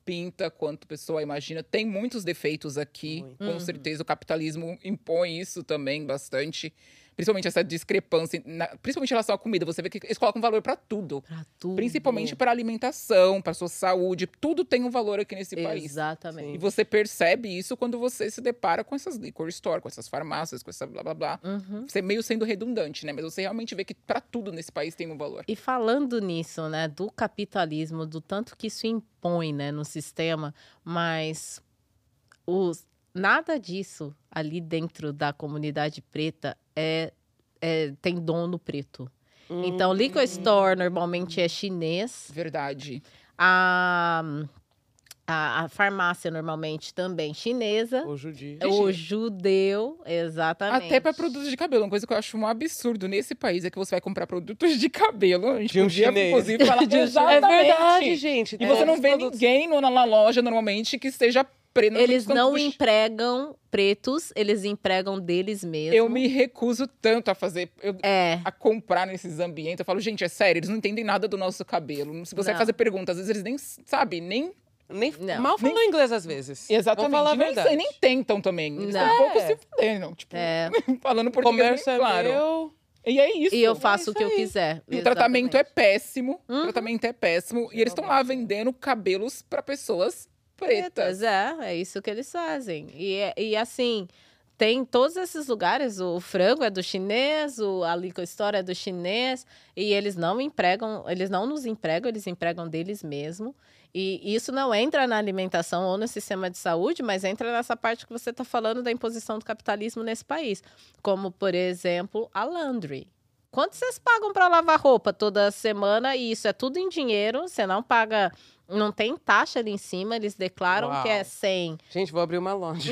Speaker 1: pinta, quanto o pessoal imagina. Tem muitos defeitos aqui,
Speaker 3: Muito.
Speaker 1: com
Speaker 2: Uhum.
Speaker 1: certeza. O capitalismo impõe isso também bastante. Principalmente essa discrepância, na- principalmente em relação à comida. Você vê que eles colocam valor pra tudo.
Speaker 2: Pra tudo. Uhum.
Speaker 1: Principalmente para alimentação, para sua saúde. Tudo tem um valor aqui nesse país.
Speaker 2: Exatamente.
Speaker 1: E você percebe isso quando você se depara com essas liquor store, com essas farmácias, com essa blá blá blá.
Speaker 2: Uhum.
Speaker 1: Você meio sendo redundante, né? Mas você realmente vê que pra tudo nesse país tem um valor.
Speaker 2: E falando nisso, né, do capitalismo, do tanto que isso impõe, né, no sistema, mas os nada disso ali dentro da comunidade preta é, é- tem dono preto.
Speaker 3: Hum,
Speaker 2: Então,
Speaker 1: Uhum.
Speaker 2: liquor store normalmente é chinês,
Speaker 1: Verdade.
Speaker 2: a, a, a farmácia normalmente também chinesa,
Speaker 3: Hoje o dia.
Speaker 1: É
Speaker 2: o
Speaker 1: chinês.
Speaker 2: judeu, exatamente.
Speaker 1: Até pra produtos de cabelo. Uma coisa que eu acho um absurdo nesse país é que você vai comprar produtos de cabelo. A gente
Speaker 3: De um
Speaker 1: podia,
Speaker 3: chinês.
Speaker 1: inclusive, falar
Speaker 2: De um chinês.
Speaker 3: É
Speaker 1: exatamente.
Speaker 3: verdade, gente.
Speaker 1: E você
Speaker 3: É,
Speaker 1: não
Speaker 3: os
Speaker 1: vê
Speaker 3: produtos-
Speaker 1: ninguém no- na loja, normalmente, que seja preto.
Speaker 2: Eles
Speaker 1: tanto
Speaker 2: não
Speaker 1: do-
Speaker 2: empregam pretos, eles empregam deles mesmos.
Speaker 1: Eu me recuso tanto a fazer... eu-
Speaker 2: É.
Speaker 1: A comprar nesses ambientes. Eu falo, gente, é sério, eles não entendem nada do nosso cabelo. Se você
Speaker 2: Não.
Speaker 1: fazer perguntas, às vezes eles nem sabem, nem
Speaker 3: Nem,
Speaker 2: Não.
Speaker 3: Mal falam inglês às vezes.
Speaker 1: Exatamente.
Speaker 3: Vou falar a
Speaker 1: nem,
Speaker 3: verdade.
Speaker 1: sei, nem tentam também. Eles
Speaker 2: Não.
Speaker 1: estão um pouco
Speaker 3: É.
Speaker 1: se fudendo. Tipo,
Speaker 2: É.
Speaker 1: falando
Speaker 3: O
Speaker 1: português
Speaker 3: comércio
Speaker 1: bem
Speaker 3: é
Speaker 1: claro.
Speaker 3: meu.
Speaker 1: E é isso.
Speaker 2: E eu
Speaker 3: isso
Speaker 2: faço o que eu
Speaker 3: aí.
Speaker 2: quiser.
Speaker 1: O tratamento é péssimo. O
Speaker 2: Uhum.
Speaker 1: tratamento é péssimo. E eles estão lá vendendo cabelos pra pessoas pretas.
Speaker 2: É, é isso que eles fazem. E, é- e assim, tem em todos esses lugares, o frango é do chinês, o, a liquor store é do chinês, e eles não empregam, eles não nos empregam, eles empregam deles mesmo. E isso não entra na alimentação ou no sistema de saúde, mas entra nessa parte que você está falando da imposição do capitalismo nesse país. Como, por exemplo, a laundry. Quanto vocês pagam para lavar roupa toda semana? E isso é tudo em dinheiro, você não paga, não tem taxa ali em cima, eles declaram que é
Speaker 3: Uau.
Speaker 2: 100.
Speaker 3: Gente, vou abrir uma loja.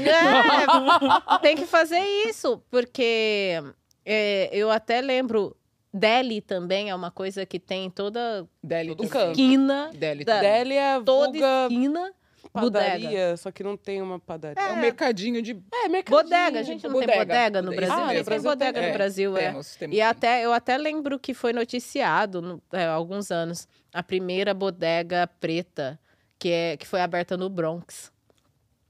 Speaker 2: É, tem que fazer isso, porque é, eu até lembro, Delhi também é uma coisa que tem em toda
Speaker 1: Deli
Speaker 3: Todo
Speaker 1: também.
Speaker 3: canto.
Speaker 2: esquina,
Speaker 1: Deli
Speaker 2: Da-
Speaker 1: também.
Speaker 3: Délia é
Speaker 2: toda
Speaker 3: vulga
Speaker 2: esquina,
Speaker 3: padaria,
Speaker 2: bodega.
Speaker 3: só que não tem uma padaria.
Speaker 1: É um mercadinho de.
Speaker 3: É, mercadinho.
Speaker 2: Bodega, a gente não tem
Speaker 1: Bodega.
Speaker 2: bodega no
Speaker 1: Bodega,
Speaker 2: Brasil,
Speaker 3: isso
Speaker 2: a gente tem
Speaker 3: mesmo.
Speaker 2: bodega
Speaker 1: É,
Speaker 2: no Brasil, é.
Speaker 1: Temos, temos.
Speaker 2: E até, eu até lembro que foi noticiado no- é, há alguns anos a primeira bodega preta que, é, que foi aberta no Bronx.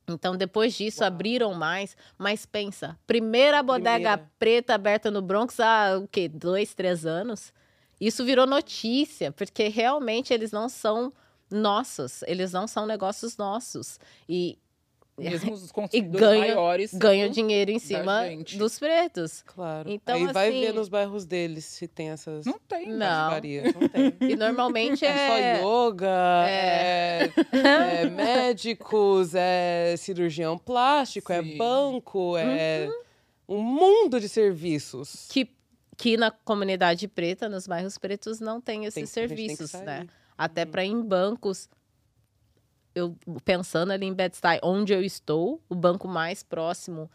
Speaker 2: Então, depois disso,
Speaker 3: Uau.
Speaker 2: abriram mais. Mas pensa, primeira bodega
Speaker 3: Primeira.
Speaker 2: preta aberta no Bronx há o quê? Dois, três anos? Isso virou notícia, porque realmente eles não são nossos, eles não são negócios nossos. E
Speaker 1: Mesmo os consumidores
Speaker 2: ganha-
Speaker 1: maiores.
Speaker 2: ganham dinheiro em
Speaker 1: da
Speaker 2: cima
Speaker 1: gente.
Speaker 2: dos pretos.
Speaker 3: Claro.
Speaker 2: Então,
Speaker 3: Aí vai
Speaker 2: assim-
Speaker 3: ver nos bairros deles se tem essas
Speaker 1: Não tem.
Speaker 2: Não.
Speaker 3: padarias. Não tem.
Speaker 2: E normalmente
Speaker 3: É
Speaker 2: é.
Speaker 3: só yoga, é, é médicos, é cirurgião plástico, é
Speaker 1: Sim.
Speaker 3: banco, é
Speaker 2: Uhum.
Speaker 3: um mundo de serviços.
Speaker 2: Que, que na comunidade preta, nos bairros pretos, não tem esses
Speaker 3: Tem- a gente tem que
Speaker 2: serviços, né?
Speaker 3: sair. Uhum.
Speaker 2: Até para em bancos. Eu pensando ali em Bed-Stuy, onde eu estou, o banco mais próximo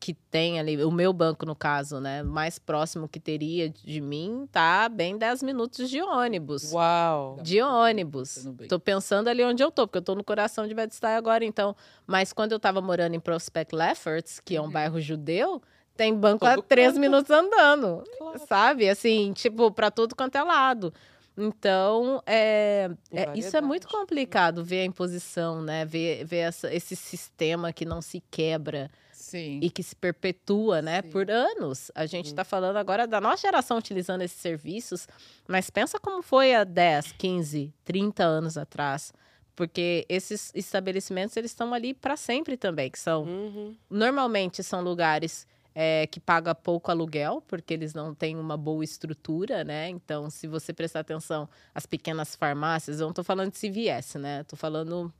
Speaker 2: que tem ali, o meu banco no caso, né, mais próximo que teria de mim, tá bem 10 minutos de ônibus.
Speaker 3: Uau!
Speaker 2: De ônibus.
Speaker 1: Tudo bem.
Speaker 2: Tô pensando ali onde eu tô, porque eu tô no coração de Bed-Stuy agora, então. Mas quando eu tava morando em Prospect Lefferts, que é um bairro judeu, tem banco a
Speaker 3: Uhum. Todo
Speaker 2: três
Speaker 3: canto.
Speaker 2: minutos andando,
Speaker 3: Claro.
Speaker 2: sabe? Assim, tipo, pra tudo quanto é lado. Então, é,
Speaker 3: E
Speaker 2: é- isso é
Speaker 3: variedade. né?
Speaker 2: muito complicado, ver a imposição, né? Ver, ver essa- esse sistema que não se quebra
Speaker 1: Sim.
Speaker 2: e que se perpetua, né?
Speaker 1: Sim.
Speaker 2: Por anos. A gente está falando agora da nossa geração utilizando esses serviços, mas pensa como foi há 10, 15, 30 anos atrás. Porque esses estabelecimentos, eles estão ali para sempre também, que são
Speaker 3: Uhum.
Speaker 2: normalmente são lugares é, que paga pouco aluguel, porque eles não têm uma boa estrutura, né? Então, se você prestar atenção, as pequenas farmácias, eu não tô falando de CVS, né? Tô falando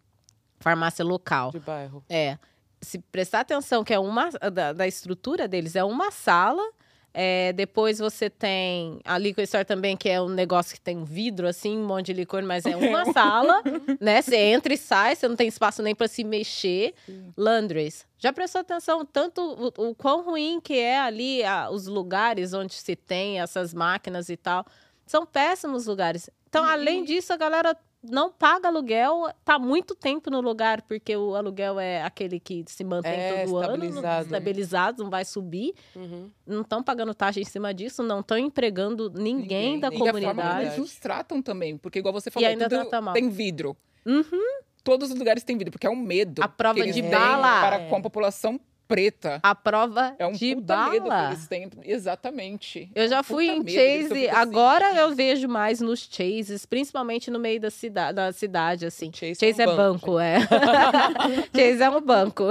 Speaker 2: farmácia local.
Speaker 3: Uhum, De bairro.
Speaker 2: É. Se prestar atenção que é uma da, da estrutura deles, é uma sala. é, depois você tem a Liquor Store também, que é um negócio que tem um vidro, assim, um monte de licor, mas é uma sala, né? Você entra e sai, você não tem espaço nem para se mexer.
Speaker 1: Sim.
Speaker 2: Landries. Já prestou atenção tanto o, o quão ruim que é ali a- os lugares onde se tem essas máquinas e tal? São péssimos lugares. Então,
Speaker 1: E-
Speaker 2: além
Speaker 1: e-
Speaker 2: disso, a galera não paga aluguel, tá muito tempo no lugar, porque o aluguel é aquele que se mantém
Speaker 3: É,
Speaker 2: todo ano, não,
Speaker 3: estabilizado.
Speaker 2: estabilizado, não vai subir.
Speaker 3: Uhum.
Speaker 2: Não estão pagando taxa em cima disso, não estão empregando ninguém,
Speaker 3: Ninguém,
Speaker 2: da
Speaker 3: nem-
Speaker 1: E a forma como
Speaker 2: comunidade.
Speaker 1: eles nos tratam também. Porque, igual você falou,
Speaker 2: ainda
Speaker 1: tudo
Speaker 2: trata mal.
Speaker 1: tem vidro.
Speaker 2: Uhum.
Speaker 1: Todos os lugares têm vidro, porque é um medo.
Speaker 2: A prova
Speaker 1: que eles
Speaker 2: de
Speaker 1: têm
Speaker 2: bala. é.
Speaker 1: Para com a população preta.
Speaker 2: A prova
Speaker 1: É um
Speaker 2: de
Speaker 1: puta medo que
Speaker 2: bala.
Speaker 1: eles têm. Exatamente.
Speaker 2: Eu já
Speaker 1: um
Speaker 2: fui
Speaker 1: puta
Speaker 2: em
Speaker 1: medo, eles
Speaker 2: Chase,
Speaker 1: ficam assim,
Speaker 2: agora eu vejo mais nos Chases, principalmente no meio da, cida da cidade, assim.
Speaker 3: Chase,
Speaker 2: Chase é banco, é. Chase é um banco.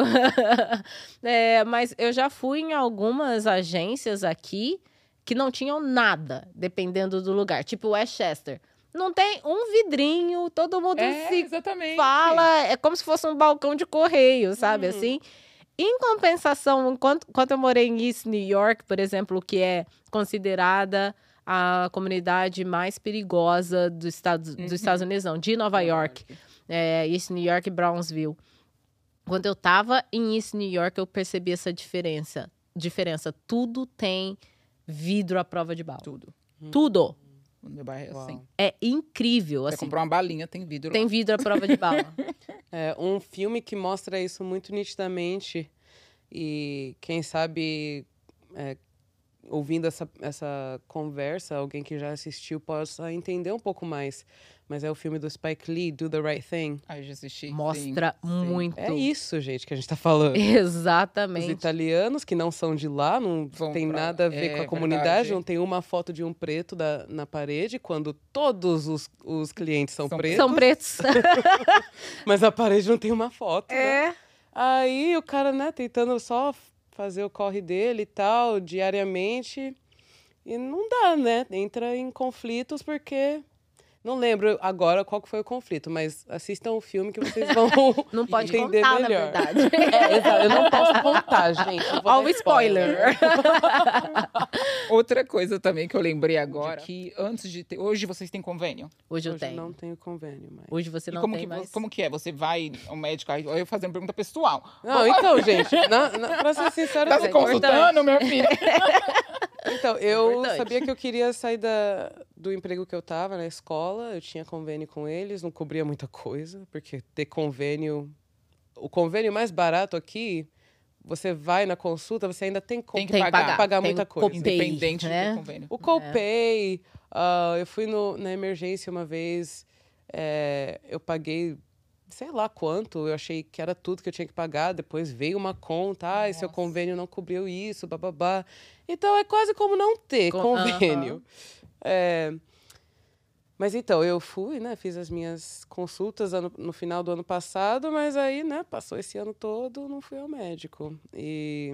Speaker 2: É, mas eu já fui em algumas agências aqui que não tinham nada, dependendo do lugar. Tipo Westchester. Não tem um vidrinho, todo mundo
Speaker 1: É,
Speaker 2: se
Speaker 1: exatamente.
Speaker 2: fala, é como se fosse um balcão de correio, sabe?
Speaker 3: Uhum.
Speaker 2: Assim. Em compensação, enquanto, enquanto eu morei em East New York, por exemplo, que é considerada a comunidade mais perigosa dos Estados, dos
Speaker 1: Uhum.
Speaker 2: Estados Unidos, não, de Nova York, é, East New York e Brownsville. Quando eu tava em East New York, eu percebi essa diferença. Diferença, tudo tem vidro à prova de bala.
Speaker 1: Tudo.
Speaker 2: Tudo.
Speaker 1: No meu bairro é assim.
Speaker 3: Uau.
Speaker 2: É incrível,
Speaker 1: Você
Speaker 2: assim.
Speaker 1: comprar uma balinha, tem vidro.
Speaker 2: Tem
Speaker 1: lá.
Speaker 2: vidro à prova de bala.
Speaker 3: É, um filme que mostra isso muito nitidamente e quem sabe é, ouvindo essa, essa conversa, alguém que já assistiu possa entender um pouco mais. Mas é o filme do Spike Lee, Do the Right Thing.
Speaker 1: Ai, já assisti. sim,
Speaker 2: Mostra
Speaker 1: sim.
Speaker 2: muito.
Speaker 3: É isso, gente, que a gente tá falando. Os
Speaker 2: Exatamente.
Speaker 3: italianos que não são de lá, não
Speaker 1: Vão
Speaker 3: tem
Speaker 1: pra lá.
Speaker 3: nada a ver
Speaker 1: É,
Speaker 3: com a
Speaker 1: verdade.
Speaker 3: comunidade, não tem uma foto de um preto da- na parede, quando todos os, os clientes são,
Speaker 1: São
Speaker 3: pretos,
Speaker 2: São pretos.
Speaker 3: mas a parede não tem uma foto.
Speaker 1: É,
Speaker 3: né?
Speaker 2: É.
Speaker 3: Aí o cara, né, tentando só fazer o corre dele e tal, diariamente. E não dá, né? Entra em conflitos porque. Não lembro agora qual que foi o conflito, mas assistam o filme que vocês vão.
Speaker 2: Não pode
Speaker 3: Entender
Speaker 2: contar,
Speaker 3: melhor.
Speaker 2: na verdade.
Speaker 3: É, exato, eu não posso contar, gente. eu vou
Speaker 2: Ó o
Speaker 3: dar
Speaker 2: spoiler.
Speaker 1: Outra coisa também que eu lembrei agora, que antes de ter... Hoje vocês têm convênio?
Speaker 2: Hoje eu
Speaker 3: Hoje eu
Speaker 2: tenho.
Speaker 3: não tenho convênio mais.
Speaker 2: Hoje você
Speaker 1: E
Speaker 2: não
Speaker 1: como
Speaker 2: tem
Speaker 1: que,
Speaker 2: mais.
Speaker 1: Como que é? Você vai ao médico, aí eu fazendo pergunta pessoal.
Speaker 3: Não, então, gente, na, na, pra ser sincero,
Speaker 1: Tá
Speaker 2: Mas
Speaker 1: se
Speaker 2: é
Speaker 1: consultando, minha filha?
Speaker 3: Então, eu
Speaker 2: Importante.
Speaker 3: sabia que eu queria sair da, do emprego que eu tava na escola, eu tinha convênio com eles, não cobria muita coisa, porque ter convênio. O convênio mais barato aqui, você vai na consulta, você ainda tem, co
Speaker 1: Tem que
Speaker 2: Tem que
Speaker 1: pagar.
Speaker 2: pagar.
Speaker 3: Pagar
Speaker 2: Tem
Speaker 3: muita
Speaker 2: o
Speaker 3: coisa.
Speaker 2: copay,
Speaker 1: Independente
Speaker 2: né?
Speaker 1: do é convênio.
Speaker 3: O copay, ah, eu fui no- na emergência uma vez, é, eu paguei sei lá quanto, eu achei que era tudo que eu tinha que pagar, depois veio uma conta, ai, seu convênio não cobriu isso, bababá. Então é quase como não ter
Speaker 2: Com-
Speaker 3: convênio.
Speaker 2: Aham.
Speaker 3: É, mas então, eu fui, né, fiz as minhas consultas ano- no final do ano passado, mas aí, né, passou esse ano todo, não fui ao médico. E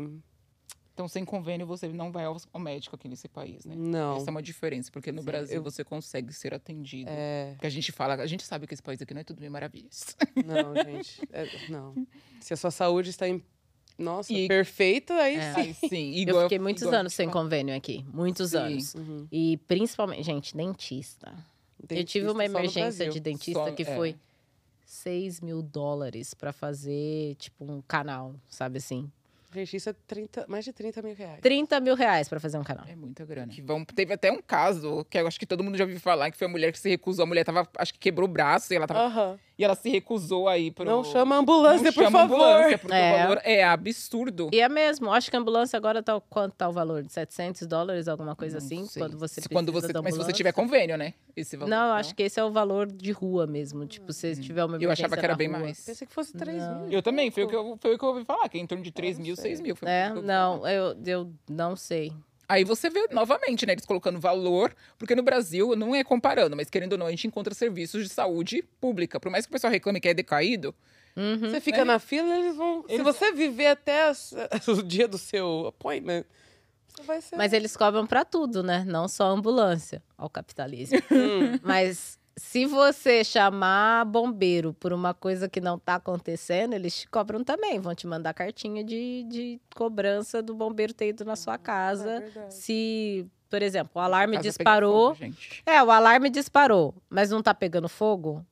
Speaker 1: Então, sem convênio, você não vai ao ao médico aqui nesse país, né?
Speaker 3: não,
Speaker 1: Essa é uma diferença, porque no
Speaker 3: Sim,
Speaker 1: Brasil
Speaker 3: eu-
Speaker 1: você consegue ser atendido.
Speaker 3: é...
Speaker 1: Porque a gente fala, a gente sabe que esse país aqui não é tudo mil maravilhas.
Speaker 3: Não, gente. é- não. Se a sua saúde está em Nossa,
Speaker 1: E-
Speaker 3: perfeita, aí
Speaker 2: É.
Speaker 3: sim.
Speaker 1: Aí, sim,
Speaker 2: Eu
Speaker 1: igual
Speaker 2: fiquei muitos
Speaker 1: igual-
Speaker 2: anos sem convênio aqui. Muitos
Speaker 1: Sim.
Speaker 2: anos.
Speaker 3: Uhum.
Speaker 2: E principalmente, gente, dentista. eu tive
Speaker 3: Dentista
Speaker 2: uma
Speaker 3: tá só no
Speaker 2: emergência
Speaker 3: Brasil.
Speaker 2: de dentista
Speaker 1: Só-
Speaker 2: que
Speaker 1: é.
Speaker 2: foi 6 mil dólares pra fazer, tipo, um canal, sabe assim?
Speaker 3: Dentista, 30, é mais de 30 mil reais.
Speaker 2: 30 mil reais pra fazer um canal.
Speaker 1: É muita grana. Que vão- teve até um caso, que eu acho que todo mundo já ouviu falar, que foi a mulher que se recusou. A mulher tava, acho que quebrou o braço e ela, tava,
Speaker 2: Ah.
Speaker 3: Aham.
Speaker 1: e ela se recusou aí pro...
Speaker 3: Não chama a
Speaker 1: Não
Speaker 3: ambulância, por
Speaker 1: chama
Speaker 3: favor.
Speaker 1: ambulância, porque
Speaker 2: É.
Speaker 1: o valor é absurdo.
Speaker 2: E é mesmo, acho que a ambulância agora tá o- quanto tá o valor? De 700 dólares, alguma coisa
Speaker 1: Não
Speaker 2: assim?
Speaker 1: sei.
Speaker 2: Quando você
Speaker 1: Se-
Speaker 2: precisa
Speaker 1: quando você
Speaker 2: da
Speaker 1: Mas se você
Speaker 2: ambulância.
Speaker 1: tiver convênio, né? Esse valor. Uhum.
Speaker 2: Não, eu acho que esse é o valor de rua mesmo. Tipo, se tiver uma
Speaker 1: Eu achava
Speaker 2: emergência
Speaker 1: que era
Speaker 2: na
Speaker 1: bem
Speaker 2: rua.
Speaker 1: mais.
Speaker 3: Pensei que fosse 3
Speaker 2: Não.
Speaker 3: mil.
Speaker 1: Eu também, foi o que eu, foi o que eu ouvi falar, que é em torno de 3 mil,
Speaker 3: sei.
Speaker 1: 6 mil. Foi o
Speaker 2: É,
Speaker 1: que eu ouvi
Speaker 2: não, eu, eu não sei.
Speaker 1: Aí você vê novamente, né, eles colocando valor, porque no Brasil não é comparando, mas querendo ou não, a gente encontra serviços de saúde pública. Por mais que o pessoal reclame que é decaído,
Speaker 2: Uhum.
Speaker 3: Você fica
Speaker 1: É.
Speaker 3: na fila, eles vão. Se
Speaker 1: Eles-
Speaker 3: você viver até as- o dia do seu appointment, você vai ser.
Speaker 2: Mas eles cobram pra tudo, né? Não só ambulância. Ao capitalismo.
Speaker 3: Hum.
Speaker 2: Mas se você chamar bombeiro por uma coisa que não tá acontecendo, eles te cobram também. Vão te mandar cartinha de, de cobrança do bombeiro ter ido na sua
Speaker 3: É
Speaker 2: casa.
Speaker 3: verdade.
Speaker 2: Se, por exemplo, o alarme
Speaker 1: a casa pega
Speaker 2: disparou.
Speaker 1: fogo, gente.
Speaker 2: É, o alarme disparou, mas não tá pegando fogo,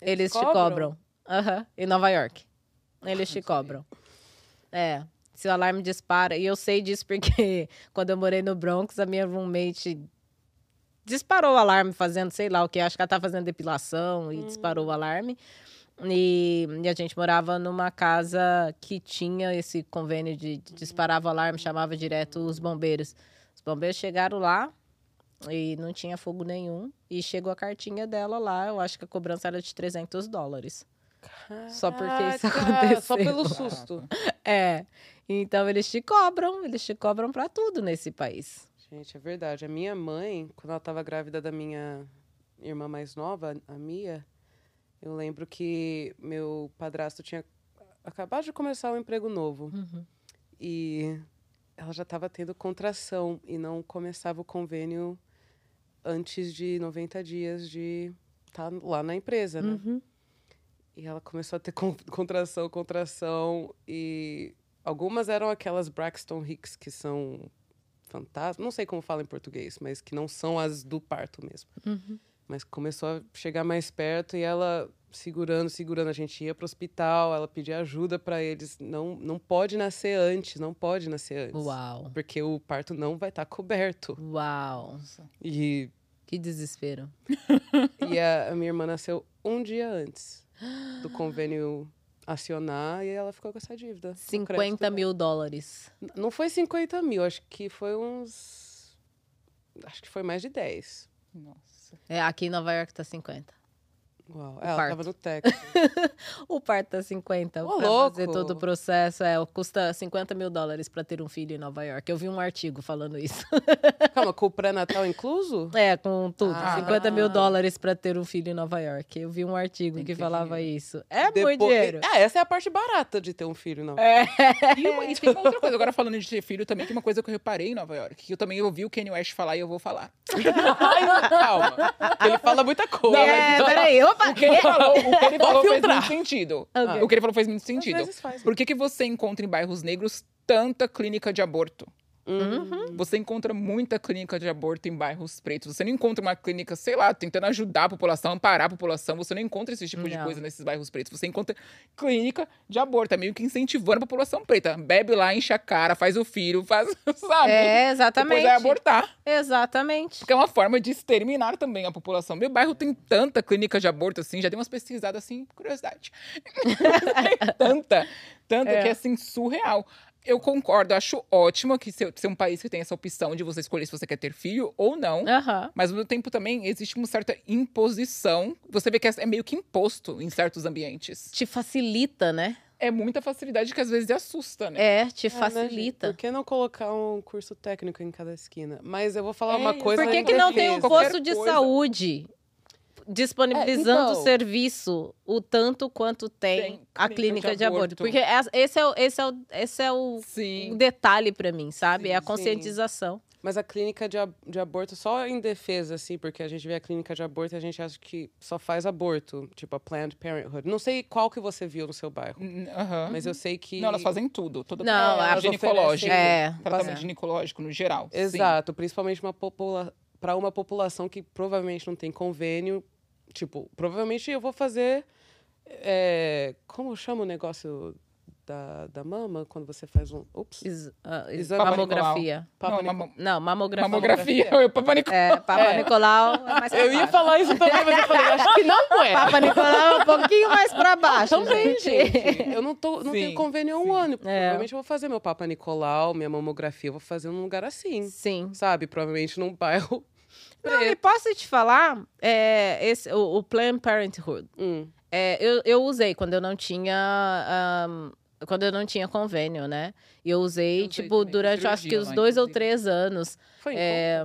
Speaker 2: eles, te
Speaker 3: cobram?
Speaker 2: cobram. Aham, em Nova York. Eles te cobram. É, se o alarme dispara, e eu sei disso porque quando eu morei no Bronx, a minha roommate disparou o alarme fazendo sei lá o que, acho que ela tá fazendo depilação e disparou o alarme. E, e a gente morava numa casa que tinha esse convênio de, de disparava o alarme, chamava direto os bombeiros. Os bombeiros chegaram lá e não tinha fogo nenhum. E chegou a cartinha dela lá, eu acho que a cobrança era de 300 dólares. Só porque isso
Speaker 3: Caraca, Ah, tá. Só pelo
Speaker 1: aconteceu.
Speaker 3: susto.
Speaker 2: É. Então eles te cobram, eles te cobram pra tudo nesse país.
Speaker 3: Gente, é verdade. A minha mãe, quando ela estava grávida da minha irmã mais nova, a Mia, eu lembro que meu padrasto tinha acabado de começar um emprego novo. E ela já estava tendo contração e não começava o convênio antes de 90 dias de estar lá na empresa,
Speaker 2: Uhum.
Speaker 3: né? E ela começou a ter con- contração, contração. E algumas eram aquelas Braxton Hicks que são fantasmas. Não sei como fala em português, mas que não são as do parto mesmo. Mas começou a chegar mais perto e ela segurando, segurando. A gente ia pro hospital, ela pedia ajuda para eles. Não, não pode nascer antes, não pode nascer antes.
Speaker 2: Uau.
Speaker 3: Porque o parto não vai estar coberto.
Speaker 2: Uau.
Speaker 3: E,
Speaker 2: Que desespero.
Speaker 3: e a, a minha irmã nasceu um dia antes do convênio acionar e ela ficou com essa dívida. no crédito
Speaker 2: 50 mil dólares.
Speaker 3: dela. Não foi 50 mil, acho que foi uns. Acho que foi mais de 10.
Speaker 1: Nossa.
Speaker 2: É, aqui em Nova York tá 50.
Speaker 3: Uau, É, ela
Speaker 2: parto.
Speaker 3: tava no Texas.
Speaker 2: O parto tá 50.
Speaker 3: Ô,
Speaker 2: pra
Speaker 3: louco!
Speaker 2: fazer todo o processo. É, custa 50 mil dólares pra ter um filho em Nova York. Eu vi um artigo falando isso.
Speaker 3: Calma, com o pré-natal incluso?
Speaker 2: É, com tudo.
Speaker 3: Ah.
Speaker 2: 50 mil dólares pra ter um filho em Nova York. Eu vi um artigo
Speaker 1: Tem
Speaker 2: que
Speaker 1: que ter
Speaker 2: falava isso. É muito
Speaker 3: Depois-
Speaker 2: dinheiro. É.
Speaker 3: Ah, essa é a parte barata de ter um filho, não.
Speaker 1: E, uma- e tem uma outra coisa, agora falando de ter filho também, que é uma coisa que eu reparei em Nova York, que eu também ouvi o Kanye West falar e eu vou falar.
Speaker 3: Ai, calma. Ele fala muita coisa. Então,
Speaker 2: É, peraí. Opa! Ah,
Speaker 1: O que ele falou, o que ele falou fez
Speaker 3: filtrar.
Speaker 1: muito sentido.
Speaker 2: Ok.
Speaker 1: O que ele falou fez muito
Speaker 3: Às
Speaker 1: sentido.
Speaker 3: vezes faz.
Speaker 1: Por que, que você encontra em bairros negros tanta clínica de aborto?
Speaker 3: Uhum.
Speaker 1: Você encontra muita clínica de aborto em bairros pretos. Você não encontra uma clínica, sei lá, tentando ajudar a população, amparar a população. Você não encontra esse tipo de
Speaker 2: Não.
Speaker 1: coisa nesses bairros pretos. Você encontra clínica de aborto. É meio que incentivando a população preta. Bebe lá, enche a cara, faz o filho, faz, sabe?
Speaker 2: É,
Speaker 1: Ah, Depois
Speaker 2: exatamente.
Speaker 1: vai abortar.
Speaker 2: Exatamente.
Speaker 1: Porque é uma forma de exterminar também a população. Meu bairro tem tanta clínica de aborto, assim, já dei umas pesquisadas, assim, curiosidade. tanta, tanta
Speaker 2: É.
Speaker 1: que é, assim, surreal. Eu concordo, acho ótimo que ser, ser um país que tem essa opção de você escolher se você quer ter filho ou não.
Speaker 2: Aham.
Speaker 1: Mas, ao mesmo tempo, também existe uma certa imposição. Você vê que é é meio que imposto em certos ambientes.
Speaker 2: Te facilita, né?
Speaker 1: É muita facilidade que, às vezes, assusta, né?
Speaker 2: É, te
Speaker 3: É, né, gente?
Speaker 2: facilita.
Speaker 3: Por que não colocar um curso técnico em cada esquina? Mas eu vou falar uma
Speaker 1: É,
Speaker 3: coisa.
Speaker 2: Por que,
Speaker 1: em
Speaker 2: que não tem
Speaker 1: defesa.
Speaker 2: um
Speaker 3: indefesa.
Speaker 1: Qualquer
Speaker 2: posto de
Speaker 1: coisa.
Speaker 2: saúde disponibilizando
Speaker 3: É,
Speaker 2: o
Speaker 3: então.
Speaker 2: serviço o tanto quanto tem,
Speaker 1: Tem
Speaker 2: a clínica de, aborto?
Speaker 1: aborto.
Speaker 2: Porque essa- esse é o, esse é o, esse é o
Speaker 1: Sim.
Speaker 2: detalhe pra mim, sabe?
Speaker 1: Sim,
Speaker 2: é a
Speaker 3: sim.
Speaker 2: conscientização.
Speaker 3: Mas a clínica de, ab- de aborto, só em defesa, assim, porque a gente vê a clínica de aborto e a gente acha que só faz aborto, tipo a Planned Parenthood. Não sei qual que você viu no seu bairro,
Speaker 1: N- aham.
Speaker 3: mas eu sei que.
Speaker 1: Uhum. Não, elas fazem tudo. Todo
Speaker 2: Não,
Speaker 1: tratamento
Speaker 2: elas
Speaker 1: ginecológico.
Speaker 2: oferecem- é,
Speaker 1: tratamento
Speaker 2: é.
Speaker 1: ginecológico no geral. sim.
Speaker 3: Exato, principalmente uma popula... para uma população que provavelmente não tem convênio. Tipo, provavelmente eu vou fazer. é, Como chama o negócio da, da mama quando você faz um. Ups.
Speaker 2: Is, ah, is-
Speaker 3: Exame
Speaker 2: mamografia.
Speaker 1: Não,
Speaker 3: Papa
Speaker 1: uma
Speaker 3: Nicolau.
Speaker 1: mam-
Speaker 2: Não, mamografia.
Speaker 1: mamografia. Eu, Papa Nicolau.
Speaker 2: É, Papa
Speaker 3: É.
Speaker 2: Nicolau é mais pra
Speaker 3: Eu ia
Speaker 2: baixo.
Speaker 3: falar isso também, mas eu falei, acho que não é.
Speaker 2: Papa Nicolau é um pouquinho mais pra baixo.
Speaker 3: Também,
Speaker 2: gente. É.
Speaker 3: gente. Eu não, tô, não
Speaker 1: Sim,
Speaker 3: tenho convênio há um
Speaker 1: sim.
Speaker 3: ano. Provavelmente eu vou fazer meu Papa Nicolau, minha mamografia, eu vou fazer num lugar assim.
Speaker 2: Sim.
Speaker 3: Sabe? Provavelmente num bairro.
Speaker 2: Não, e posso te falar, é, esse, o, o Planned Parenthood,
Speaker 3: Hum.
Speaker 2: é, eu, eu usei quando eu não tinha... ahm, quando eu não tinha convênio, né? E eu usei,
Speaker 1: Eu usei
Speaker 2: tipo,
Speaker 1: também,
Speaker 2: durante, eu acho que
Speaker 1: cirurgia
Speaker 2: os
Speaker 1: lá,
Speaker 2: dois ou
Speaker 1: inclusive.
Speaker 2: três anos.
Speaker 3: Foi
Speaker 2: É,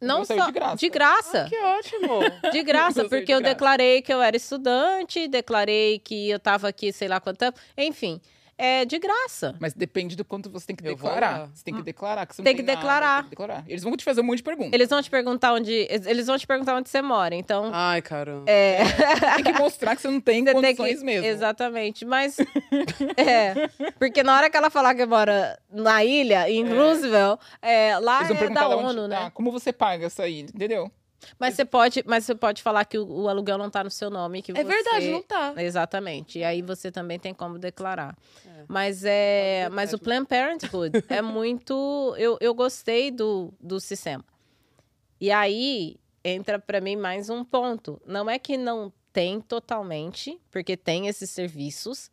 Speaker 1: Não
Speaker 2: não
Speaker 1: saiu
Speaker 2: só...
Speaker 1: de graça.
Speaker 2: De graça.
Speaker 3: então. Que ótimo!
Speaker 2: De graça,
Speaker 1: Não sei
Speaker 2: porque
Speaker 1: de
Speaker 2: eu
Speaker 1: graça.
Speaker 2: declarei que eu era estudante, declarei que eu tava aqui sei lá quanto tempo. Enfim, é de graça.
Speaker 1: Mas depende do quanto você tem que
Speaker 3: Eu vou
Speaker 1: declarar.
Speaker 3: lá.
Speaker 1: Você tem que declarar. Que você não
Speaker 2: Ah. Tem que
Speaker 1: nada,
Speaker 2: declarar.
Speaker 1: tem que declarar. Eles vão te fazer um monte de perguntas.
Speaker 2: Eles vão te perguntar onde. Eles vão te perguntar onde você mora.
Speaker 1: Ah,
Speaker 2: Então.
Speaker 3: Ai, caramba.
Speaker 2: é,
Speaker 1: Tem que mostrar que você não tem
Speaker 2: você tem
Speaker 1: condições
Speaker 2: que.
Speaker 1: mesmo.
Speaker 2: Exatamente. Mas. é. Porque na hora que ela falar que mora na ilha, em Roosevelt, é, lá
Speaker 1: Eles vão
Speaker 2: é
Speaker 1: perguntar
Speaker 2: da
Speaker 1: da onde
Speaker 2: ONU, né?
Speaker 1: tá, como você paga essa ilha, entendeu?
Speaker 2: Mas você pode, mas você pode falar que o, o aluguel não tá no seu nome. Que
Speaker 3: É verdade,
Speaker 2: você-
Speaker 3: não tá.
Speaker 2: Exatamente. E aí você também tem como declarar.
Speaker 3: É.
Speaker 2: Mas é,
Speaker 3: Olha,
Speaker 2: mas o
Speaker 3: verdade.
Speaker 2: Planned Parenthood é muito, eu, eu gostei do, do sistema. E aí entra para mim mais um ponto. Não é que não tem totalmente, porque tem esses serviços,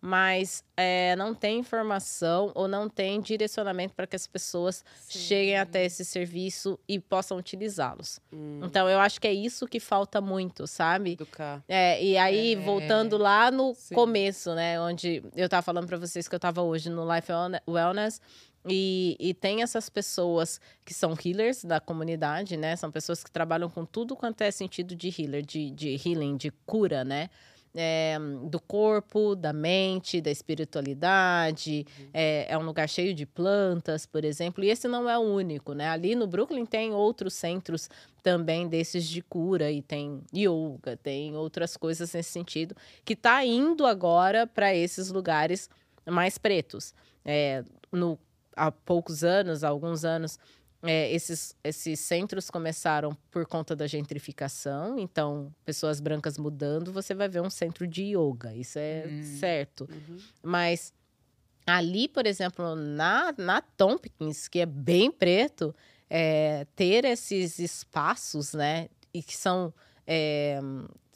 Speaker 2: mas é, não tem informação ou não tem direcionamento para que as pessoas cheguem até esse serviço e possam utilizá-los.
Speaker 3: Hum,
Speaker 2: Então eu acho que é isso que falta muito, sabe?
Speaker 3: educar.
Speaker 2: É, e aí,
Speaker 1: É.
Speaker 2: voltando lá no
Speaker 1: Sim.
Speaker 2: começo, né? Onde eu tava falando pra vocês que eu tava hoje no Life Wellne- Wellness. E, e tem essas pessoas que são healers da comunidade, né? São pessoas que trabalham com tudo quanto é sentido de healer, de, de healing, de cura, né? É, do corpo, da mente, da espiritualidade. É, é um lugar cheio de plantas, por exemplo. E esse não é o único, né? Ali no Brooklyn tem outros centros também desses de cura e tem yoga, tem outras coisas nesse sentido que tá indo agora para esses lugares mais pretos. É, no, há poucos anos, há alguns anos, é, esses, esses centros começaram por conta da gentrificação, então pessoas brancas mudando, você vai ver um centro de yoga, isso é
Speaker 1: Hum.
Speaker 2: certo.
Speaker 3: Uhum.
Speaker 2: Mas ali, por exemplo, na, na Tompkins, que é bem preto, é, ter esses espaços, né? E que são. é,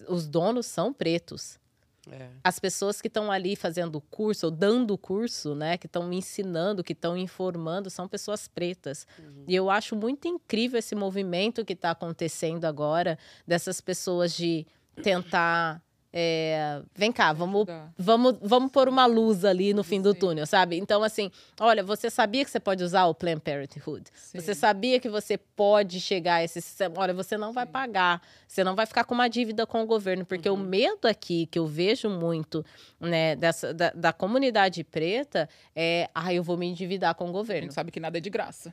Speaker 2: os donos são pretos.
Speaker 3: É.
Speaker 2: As pessoas que estão ali fazendo o curso, ou dando o curso, né? Que estão ensinando, que estão informando, são pessoas pretas.
Speaker 3: Uhum.
Speaker 2: E eu acho muito incrível esse movimento que está acontecendo agora, dessas pessoas de tentar. é, vem cá, vamos
Speaker 1: Dá.
Speaker 2: Vamos, vamos pôr uma luz ali no fim do
Speaker 1: Sim.
Speaker 2: túnel, sabe? Então, assim, olha, você sabia que você pode usar o Planned Parenthood?
Speaker 1: Sim.
Speaker 2: Você sabia que você pode chegar a esse sistema? Olha, você não vai
Speaker 1: Sim.
Speaker 2: pagar, você não vai ficar com uma dívida com o governo, porque o
Speaker 3: Uhum.
Speaker 2: medo aqui que eu vejo muito, né, dessa, da, da comunidade preta é, ah, eu vou me endividar com o
Speaker 1: A
Speaker 2: governo.
Speaker 1: gente sabe que nada é de graça.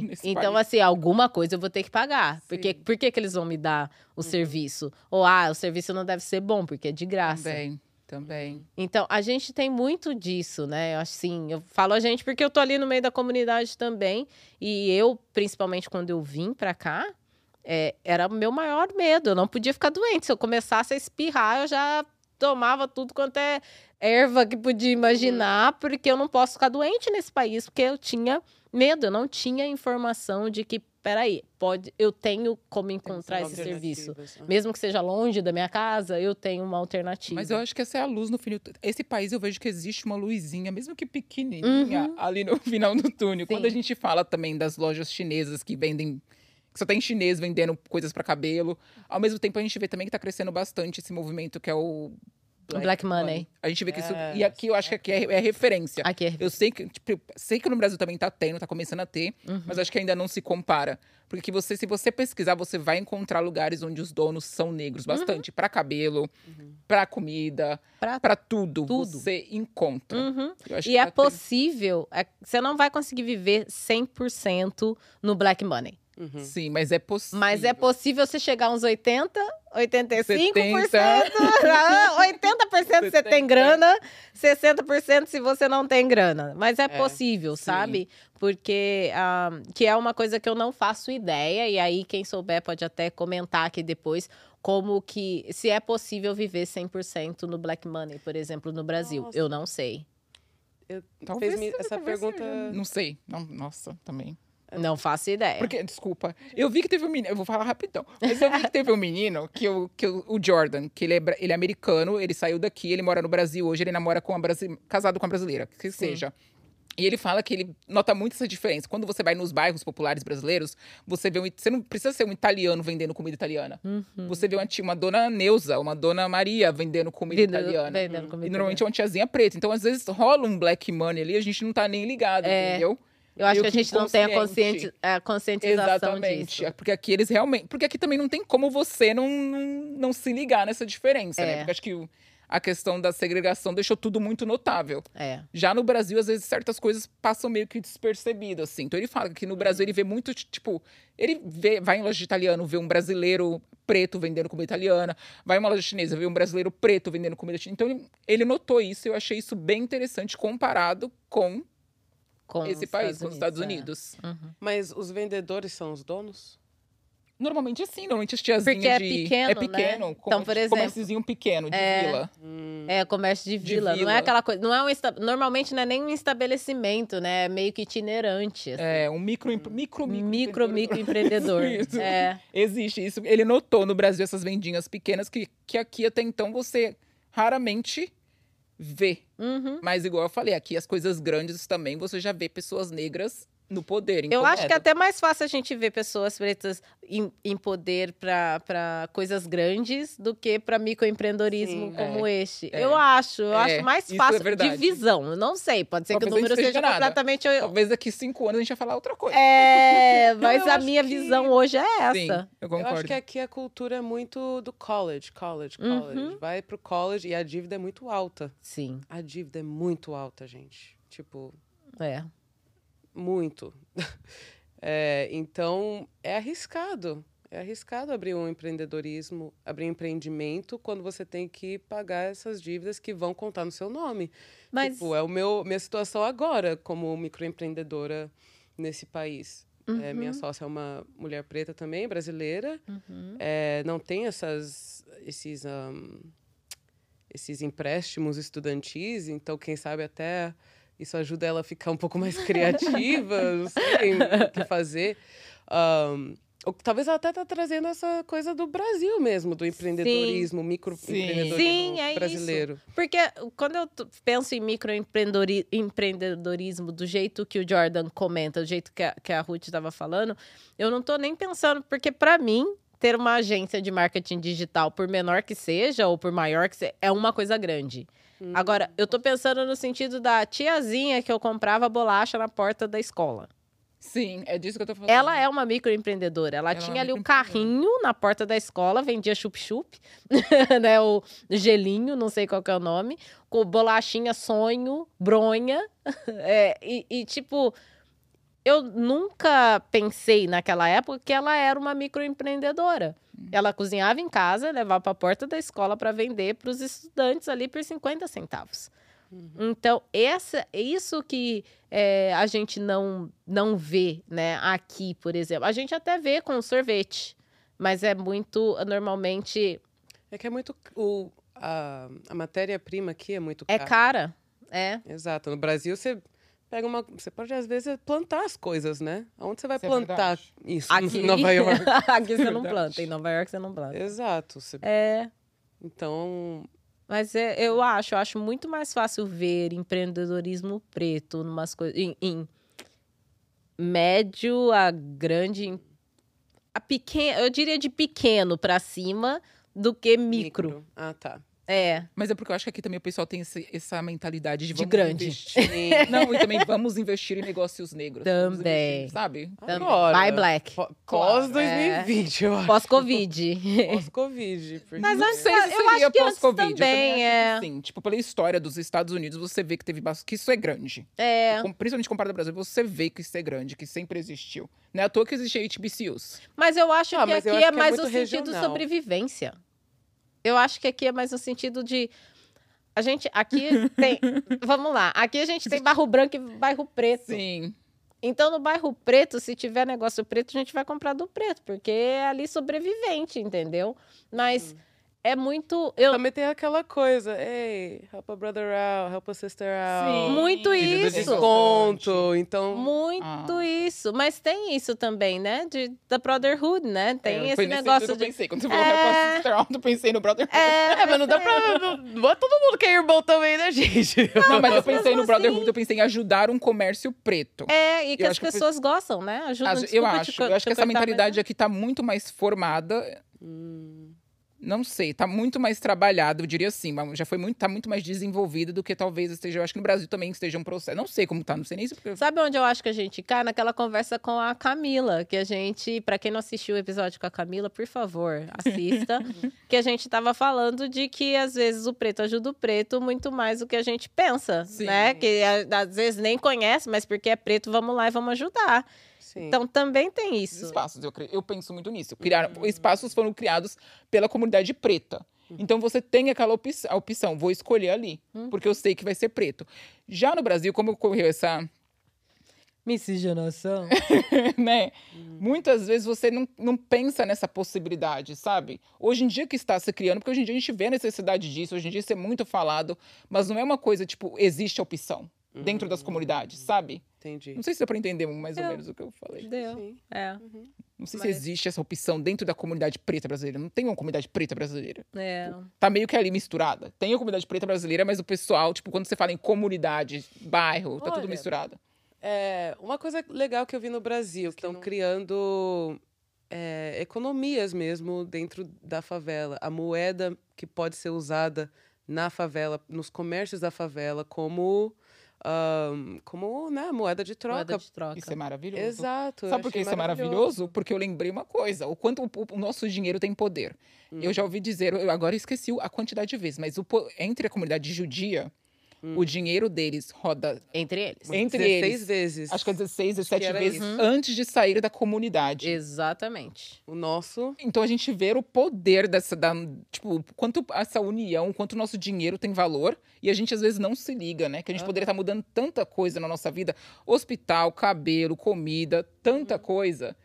Speaker 1: Nesse
Speaker 2: então,
Speaker 1: país.
Speaker 2: assim, alguma coisa eu vou ter que pagar. Porque
Speaker 1: Sim. Uhum.
Speaker 2: por que, que eles vão me dar o serviço? Ou, ah, o serviço não deve ser bom, porque é de graça.
Speaker 1: Também, também.
Speaker 2: Então, a gente tem muito disso, né? Eu acho Assim, eu falo a gente porque eu tô ali no meio da comunidade também. E eu, principalmente quando eu vim pra cá, é, era o meu maior medo. Eu não podia ficar doente. Se eu começasse a espirrar, eu já tomava tudo quanto é erva que
Speaker 1: Uhum.
Speaker 2: podia imaginar, porque eu não posso ficar doente nesse país, porque eu tinha medo, eu não tinha informação de que, peraí, pode, eu tenho como encontrar esse serviço.
Speaker 3: Alternativas. Ah.
Speaker 2: Mesmo que seja longe da minha casa, eu tenho uma alternativa.
Speaker 1: Mas eu acho que essa é a luz no fim do túnel. Esse país eu vejo que existe uma luzinha, mesmo que pequenininha, ali no final do túnel.
Speaker 2: Uhum. Sim.
Speaker 1: Quando a gente fala também das lojas chinesas que vendem. Que só tem chinês vendendo coisas para cabelo. Ao mesmo tempo, a gente vê também que tá crescendo bastante esse movimento que é o
Speaker 2: Black, Money.
Speaker 1: A gente vê que isso.
Speaker 3: É.
Speaker 1: E aqui eu acho que aqui é, é referência.
Speaker 2: Aqui é
Speaker 1: Eu sei que, tipo, sei que no Brasil também tá tendo, tá começando a ter,
Speaker 2: Uhum.
Speaker 1: mas acho que ainda não se compara. Porque que você, se você pesquisar, você vai encontrar lugares onde os donos são negros
Speaker 2: Uhum.
Speaker 1: bastante. Pra cabelo, pra comida,
Speaker 2: Pra-
Speaker 1: pra tudo,
Speaker 2: Uhum. Tudo.
Speaker 1: Você encontra.
Speaker 2: Uhum.
Speaker 1: Eu acho
Speaker 2: E
Speaker 1: que
Speaker 2: é
Speaker 1: tá tendo-
Speaker 2: possível, é- você não vai conseguir viver 100% no Black Money.
Speaker 3: Uhum.
Speaker 1: Sim, mas é possível.
Speaker 2: Mas é possível você chegar a uns 80, 85%,
Speaker 1: 70.
Speaker 2: Ah, 80% você
Speaker 1: 70.
Speaker 2: tem grana, 60% se você não tem grana. Mas é,
Speaker 3: É,
Speaker 2: possível,
Speaker 1: sim.
Speaker 2: sabe? Porque ah, que é uma coisa que eu não faço ideia e aí quem souber pode até comentar aqui depois como que se é possível viver 100% no Black Money, por exemplo, no Brasil.
Speaker 3: Nossa.
Speaker 2: Eu não sei.
Speaker 1: Talvez
Speaker 3: Fez-me
Speaker 1: seja,
Speaker 3: essa
Speaker 1: talvez
Speaker 3: pergunta.
Speaker 1: seja. Não sei. Não, nossa, também.
Speaker 2: Não faço ideia.
Speaker 1: Porque, desculpa, eu vi que teve um menino, eu vou falar rapidão, mas eu vi que teve um menino, que, o, que o, o Jordan, que ele é, bra- ele é americano, ele saiu daqui, ele mora no Brasil hoje, ele namora com a brasileira, casado com a brasileira, que
Speaker 2: Sim.
Speaker 1: seja. E ele fala que ele nota muito essa diferença. Quando você vai nos bairros populares brasileiros, você vê um, você não precisa ser um italiano vendendo comida italiana.
Speaker 2: Hum.
Speaker 1: Você vê uma, tia- uma dona Neuza, uma dona Maria vendendo comida
Speaker 2: Vendendo-
Speaker 1: italiana.
Speaker 2: vendendo comida
Speaker 1: e normalmente é uma tiazinha preta. Então, às vezes, rola um black money ali, a gente não tá nem ligado,
Speaker 2: É.
Speaker 1: entendeu?
Speaker 2: Eu acho
Speaker 1: meio
Speaker 2: que a
Speaker 1: que
Speaker 2: gente não tem a,
Speaker 1: inconsciente.
Speaker 2: consciente, a conscientização
Speaker 1: Exatamente.
Speaker 2: disso.
Speaker 1: Porque aqui eles realmente. Porque aqui também não tem como você não, não, não se ligar nessa diferença, né?
Speaker 2: É.
Speaker 1: Porque acho que o- a questão da segregação deixou tudo muito notável.
Speaker 2: É.
Speaker 1: Já no Brasil, às vezes, certas coisas passam meio que despercebidas, assim. Então ele fala que no Brasil ele vê muito, ti- tipo, ele vê, vai em loja de italiano, vê um brasileiro preto vendendo comida italiana, vai em uma loja chinesa, vê um brasileiro preto vendendo comida chinesa. Então ele, ele notou isso e eu achei isso bem interessante comparado com,
Speaker 2: Com os
Speaker 1: esse país, com os Estados
Speaker 2: é.
Speaker 1: Unidos.
Speaker 3: Mas os vendedores são os donos?
Speaker 1: Normalmente sim, normalmente as tiazinhas
Speaker 2: Porque é
Speaker 1: de...
Speaker 2: pequeno,
Speaker 1: É pequeno,
Speaker 2: né?
Speaker 1: com-
Speaker 2: Então, por
Speaker 1: tipo,
Speaker 2: exemplo,
Speaker 1: comérciozinho pequeno, de
Speaker 2: é,
Speaker 1: vila.
Speaker 3: Hum,
Speaker 2: É, comércio de
Speaker 1: De
Speaker 2: vila. Não é
Speaker 1: vila.
Speaker 2: aquela coisa. Não é um esta- Normalmente não é nem um estabelecimento, né? É meio que itinerante. assim.
Speaker 1: É, um micro, micro, micro.
Speaker 2: micro,
Speaker 1: micro-
Speaker 2: micro empreendedor.
Speaker 1: Isso.
Speaker 2: É.
Speaker 1: Existe isso. Ele notou no Brasil essas vendinhas pequenas que, que aqui até então você raramente vê.
Speaker 2: Uhum.
Speaker 1: Mas igual eu falei, aqui as coisas grandes também, você já vê pessoas negras no poder. em
Speaker 2: Eu acho
Speaker 1: comando.
Speaker 2: que é até mais fácil a gente ver pessoas pretas em, em poder para coisas grandes do que para microempreendedorismo
Speaker 3: Sim,
Speaker 2: como este.
Speaker 1: é.
Speaker 2: eu acho, eu
Speaker 1: É,
Speaker 2: acho mais
Speaker 1: isso é
Speaker 2: fácil. de
Speaker 1: verdade.
Speaker 2: visão, eu não sei, pode ser
Speaker 1: Talvez a
Speaker 2: que o
Speaker 1: gente
Speaker 2: número
Speaker 1: esteja
Speaker 2: seja
Speaker 1: enganado.
Speaker 2: completamente.
Speaker 1: Talvez daqui cinco anos a gente vai falar outra coisa.
Speaker 2: É, mas a
Speaker 3: eu acho
Speaker 2: minha
Speaker 3: que-
Speaker 2: visão hoje é essa.
Speaker 1: Sim, eu
Speaker 3: eu
Speaker 1: concordo.
Speaker 3: acho que aqui a cultura é muito do college, college, college.
Speaker 2: Uhum.
Speaker 3: Vai pro college e a dívida é muito alta.
Speaker 2: Sim,
Speaker 3: A dívida é muito alta, gente. Tipo,
Speaker 2: é.
Speaker 3: muito. É, então, é arriscado. É arriscado abrir um empreendedorismo, abrir um empreendimento, quando você tem que pagar essas dívidas que vão contar no seu nome.
Speaker 2: Mas
Speaker 3: Tipo, é o meu minha situação agora como microempreendedora nesse país. É,
Speaker 2: Uhum.
Speaker 3: minha sócia é uma mulher preta também, brasileira. É, não tem essas esses ahn, esses empréstimos estudantis, então quem sabe até isso ajuda ela a ficar um pouco mais criativa, não sei o que fazer. Ahn, ou talvez ela até tá trazendo essa coisa do Brasil mesmo, do empreendedorismo, microempreendedorismo
Speaker 2: Sim, é isso.
Speaker 3: brasileiro.
Speaker 2: Porque quando eu t- penso em microempreendedorismo do jeito que o Jordan comenta, do jeito que a, que a Ruth estava falando, eu não tô nem pensando, porque para mim, ter uma agência de marketing digital, por menor que seja, ou por maior que seja, é uma coisa grande. Agora, eu tô pensando no sentido da tiazinha que eu comprava bolacha na porta da escola.
Speaker 1: Sim, é disso que eu tô falando.
Speaker 2: Ela é uma microempreendedora. Ela,
Speaker 1: Ela é uma
Speaker 2: tinha ali o
Speaker 1: microempreendedora.
Speaker 2: carrinho na porta da escola, vendia chup-chup, né? O gelinho, não sei qual que é o nome, com bolachinha sonho, bronha. É, e, e, tipo, eu nunca pensei naquela época que ela era uma microempreendedora. Ela cozinhava em casa, levava para a porta da escola para vender para os estudantes ali por 50 centavos. Então, essa, isso que é, a gente não, não vê, né, aqui, por exemplo. A gente até vê com sorvete, mas é muito, normalmente,
Speaker 3: É que é muito. O, a a matéria-prima aqui é muito
Speaker 2: é cara.
Speaker 3: cara.
Speaker 2: É,
Speaker 3: Exato. No Brasil, você pega uma. Você pode, às vezes, plantar as coisas, né? Onde você vai
Speaker 1: Isso é
Speaker 3: plantar
Speaker 1: verdade.
Speaker 3: isso?
Speaker 2: aqui,
Speaker 3: Em Nova York.
Speaker 2: aqui você não
Speaker 1: Verdade.
Speaker 2: planta, em Nova York você não planta.
Speaker 3: Exato. Você-
Speaker 2: É,
Speaker 3: Então.
Speaker 2: Mas é- eu acho, eu acho muito mais fácil ver empreendedorismo preto numas coisas em, em médio a grande em- a pequeno, eu diria de pequeno pra cima do que micro.
Speaker 3: Ah, tá.
Speaker 2: É.
Speaker 1: Mas é porque eu acho que aqui também o pessoal tem esse- essa mentalidade de,
Speaker 2: De
Speaker 1: vamos
Speaker 2: grande.
Speaker 1: investir em- Não, e também vamos investir em negócios negros. vamos
Speaker 2: Também.
Speaker 1: investir, Sabe?
Speaker 2: Também.
Speaker 3: Agora.
Speaker 2: Buy black.
Speaker 3: Pó- Pós
Speaker 1: Claro,
Speaker 3: 2020, eu acho.
Speaker 2: Pós-Covid.
Speaker 3: Pós-Covid. porque-
Speaker 2: é. Mas assim,
Speaker 1: Não
Speaker 2: antes-
Speaker 1: sei se seria
Speaker 2: eu acho que antes
Speaker 1: pós-Covid. Eu
Speaker 2: também,
Speaker 1: acho que
Speaker 2: é.
Speaker 1: Sim, tipo, pela história dos Estados Unidos, você vê que teve bas- que isso é grande.
Speaker 2: É.
Speaker 1: Com- Principalmente comparado ao Brasil, você vê que isso é grande, que sempre existiu. Não é à toa que existe HBCUs.
Speaker 2: Mas eu acho
Speaker 3: Ah,
Speaker 2: que
Speaker 3: mas
Speaker 2: aqui
Speaker 3: eu
Speaker 2: é
Speaker 3: acho que é
Speaker 2: mais
Speaker 3: muito
Speaker 2: o sentido
Speaker 3: regional.
Speaker 2: sobrevivência. Eu acho que aqui é mais o sentido de. A gente. Aqui tem. Vamos lá. Aqui a gente tem bairro branco e bairro preto.
Speaker 1: Sim.
Speaker 2: Então, no bairro preto, se tiver negócio preto, a gente vai comprar do preto, porque é ali sobrevivente, entendeu? Mas
Speaker 3: Hum.
Speaker 2: é muito. Eu,
Speaker 3: Também tem aquela coisa, ei, help a brother out, help a sister out.
Speaker 1: Sim.
Speaker 2: muito
Speaker 3: Pedido de
Speaker 1: então,
Speaker 2: isso.
Speaker 3: desconto, então...
Speaker 2: Muito
Speaker 1: Ah.
Speaker 2: isso. Mas tem isso também, né? De, da Brotherhood, né? Tem
Speaker 1: É,
Speaker 2: esse
Speaker 1: foi nesse sentido que
Speaker 2: negócio
Speaker 1: eu
Speaker 2: de.
Speaker 1: pensei. Quando você falou
Speaker 2: É.
Speaker 1: é... Sister Out, eu pensei no Brotherhood.
Speaker 2: É,
Speaker 3: É, mas não dá pra... Não, não é todo mundo que é irmão também, né, gente?
Speaker 1: Não, mas eu
Speaker 2: mas
Speaker 1: pensei
Speaker 2: mesmo
Speaker 1: no Brotherhood,
Speaker 2: assim-
Speaker 1: eu pensei em ajudar um comércio preto.
Speaker 2: É, e que
Speaker 1: Eu
Speaker 2: as
Speaker 1: acho que eu
Speaker 2: pessoas gostam, né? Ajudam.
Speaker 1: As- eu
Speaker 2: desculpa te
Speaker 1: acho.
Speaker 2: co-
Speaker 1: Eu acho
Speaker 2: te
Speaker 1: que essa
Speaker 2: cortar, né? mas-
Speaker 1: mentalidade aqui tá muito mais formada.
Speaker 2: Hum.
Speaker 1: Não sei, tá muito mais trabalhada, eu diria assim. mas Já foi muito, tá muito mais desenvolvida do que talvez esteja. Eu acho que no Brasil também esteja um processo. Não sei como tá, não sei nem se porque.
Speaker 2: Sabe onde eu acho que a gente cai? Naquela conversa com a Camila, que a gente, pra quem não assistiu o episódio com a Camila, por favor, assista, que a gente tava falando de que às vezes o preto ajuda o preto muito mais do que a gente pensa,
Speaker 1: Sim.
Speaker 2: né? Que a- às vezes nem conhece, mas porque é preto, vamos lá e vamos ajudar.
Speaker 3: Sim.
Speaker 2: Então também tem
Speaker 1: Esses
Speaker 2: isso. Uhum.
Speaker 1: espaços, eu, cre- eu penso muito nisso. Criaram, Espaços foram criados pela comunidade preta.
Speaker 2: Uhum.
Speaker 1: Então você tem aquela opção, a opção, vou escolher ali, porque eu sei que vai ser preto. Já no Brasil, como ocorreu essa
Speaker 2: Miscigenação.
Speaker 1: né? Muitas vezes você não, não pensa nessa possibilidade, sabe? Hoje em dia que está se criando, porque hoje em dia a gente vê a necessidade disso, hoje em dia isso é muito falado, mas não é uma coisa tipo, existe a opção dentro das comunidades, sabe?
Speaker 3: Uhum, Entendi.
Speaker 1: Não sei se dá pra entender um mais ou
Speaker 2: Hum. Eu-
Speaker 1: menos o que eu falei.
Speaker 2: Deu.
Speaker 3: Sim.
Speaker 2: É,
Speaker 1: Não sei se
Speaker 2: Mas-
Speaker 1: existe essa opção dentro da comunidade preta brasileira. Não tem uma comunidade preta brasileira.
Speaker 2: é.
Speaker 1: Tá meio que ali misturada. Tem a comunidade preta brasileira, mas o pessoal, tipo, quando você fala em comunidade, bairro, tá
Speaker 3: Olha,
Speaker 1: tudo misturado.
Speaker 3: É, uma coisa legal que eu vi no Brasil, que estão criando é, economias mesmo dentro da favela. A moeda que pode ser usada na favela, nos comércios da favela, como, ahn, como né, moeda de troca.
Speaker 2: Moeda de troca.
Speaker 1: Isso é maravilhoso.
Speaker 3: Exato. eu
Speaker 1: Sabe por que
Speaker 3: achei
Speaker 1: isso é maravilhoso? Porque eu lembrei uma coisa: o quanto o, o nosso dinheiro tem poder. Eu já ouvi dizer, eu agora esqueci a quantidade de vezes, mas o po- entre a comunidade judia, o dinheiro deles roda
Speaker 2: Entre eles.
Speaker 1: entre
Speaker 3: 16
Speaker 1: eles,
Speaker 3: vezes.
Speaker 1: acho que Uhum. é 16,
Speaker 3: que
Speaker 1: 17
Speaker 3: era
Speaker 1: vezes
Speaker 3: isso.
Speaker 1: antes de sair da comunidade.
Speaker 2: Exatamente.
Speaker 3: O nosso.
Speaker 1: Então a gente vê o poder dessa, da, tipo, quanto essa união, quanto o nosso dinheiro tem valor e a gente às vezes não se liga, né? Que a gente poderia estar mudando tanta coisa na nossa vida, hospital, cabelo, comida, tanta
Speaker 3: Uhum.
Speaker 1: coisa.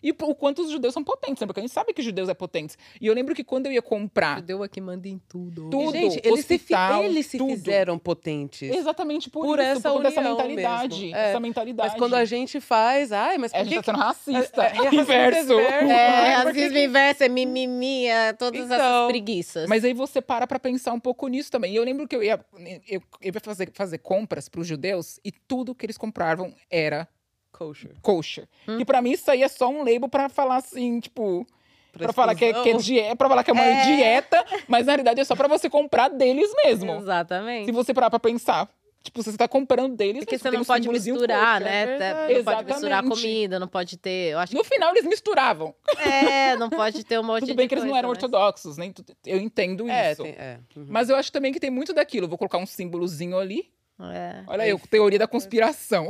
Speaker 1: E o quanto os judeus são potentes, né? Porque a gente sabe que os judeus é potentes. E eu lembro que quando eu ia comprar,
Speaker 2: Judeu aqui manda em tudo.
Speaker 1: Ah. Tudo,
Speaker 3: Gente, eles se, fi-
Speaker 1: hospital,
Speaker 3: eles se
Speaker 1: tudo.
Speaker 3: fizeram potentes.
Speaker 1: exatamente por,
Speaker 3: Por
Speaker 1: isso,
Speaker 3: essa
Speaker 1: por conta dessa
Speaker 3: união
Speaker 1: mentalidade,
Speaker 3: mesmo. É.
Speaker 1: essa mentalidade.
Speaker 3: Mas quando a gente faz. Ai, mas
Speaker 1: É, a
Speaker 3: por
Speaker 1: gente
Speaker 3: que.
Speaker 1: tá sendo racista,
Speaker 3: É, é, é
Speaker 1: inverso.
Speaker 3: racismo inverso.
Speaker 2: É,
Speaker 3: Por que
Speaker 2: racismo inverso, é mimimi, é todas essas
Speaker 3: Então,
Speaker 2: preguiças.
Speaker 1: Mas aí você para pra pensar um pouco nisso também. E Eu lembro que eu ia, eu, eu ia fazer, fazer compras pros judeus e tudo que eles compravam era
Speaker 3: Kosher.
Speaker 1: kosher.
Speaker 2: Hum.
Speaker 1: E pra mim isso aí é só um label pra falar assim, tipo, pra falar que é, que é
Speaker 3: exclusão.
Speaker 1: die- pra falar que é uma
Speaker 2: É.
Speaker 1: dieta, mas na realidade é só pra você comprar deles mesmo. Se
Speaker 2: Exatamente.
Speaker 1: você parar pra pensar, tipo, você tá comprando deles,
Speaker 2: Porque
Speaker 1: mas
Speaker 2: É você
Speaker 1: tem
Speaker 2: não
Speaker 1: um
Speaker 2: pode
Speaker 1: símbolozinho
Speaker 2: misturar,
Speaker 3: kosher,
Speaker 2: né?
Speaker 3: é
Speaker 2: Tá-
Speaker 3: verdade.
Speaker 2: Não pode misturar
Speaker 1: Exatamente.
Speaker 2: comida, não pode ter. Eu acho
Speaker 1: kosher. No final eles misturavam.
Speaker 2: que é, não pode ter um monte de
Speaker 1: Tudo bem que eles não
Speaker 2: coisa, né?
Speaker 1: eram
Speaker 2: mas-
Speaker 1: ortodoxos, nem tu- eu entendo
Speaker 3: É,
Speaker 1: isso.
Speaker 3: tem- é. Uhum.
Speaker 1: Mas eu acho também que tem muito daquilo. Vou colocar um símbolozinho ali.
Speaker 2: É.
Speaker 1: Olha aí, teoria da conspiração.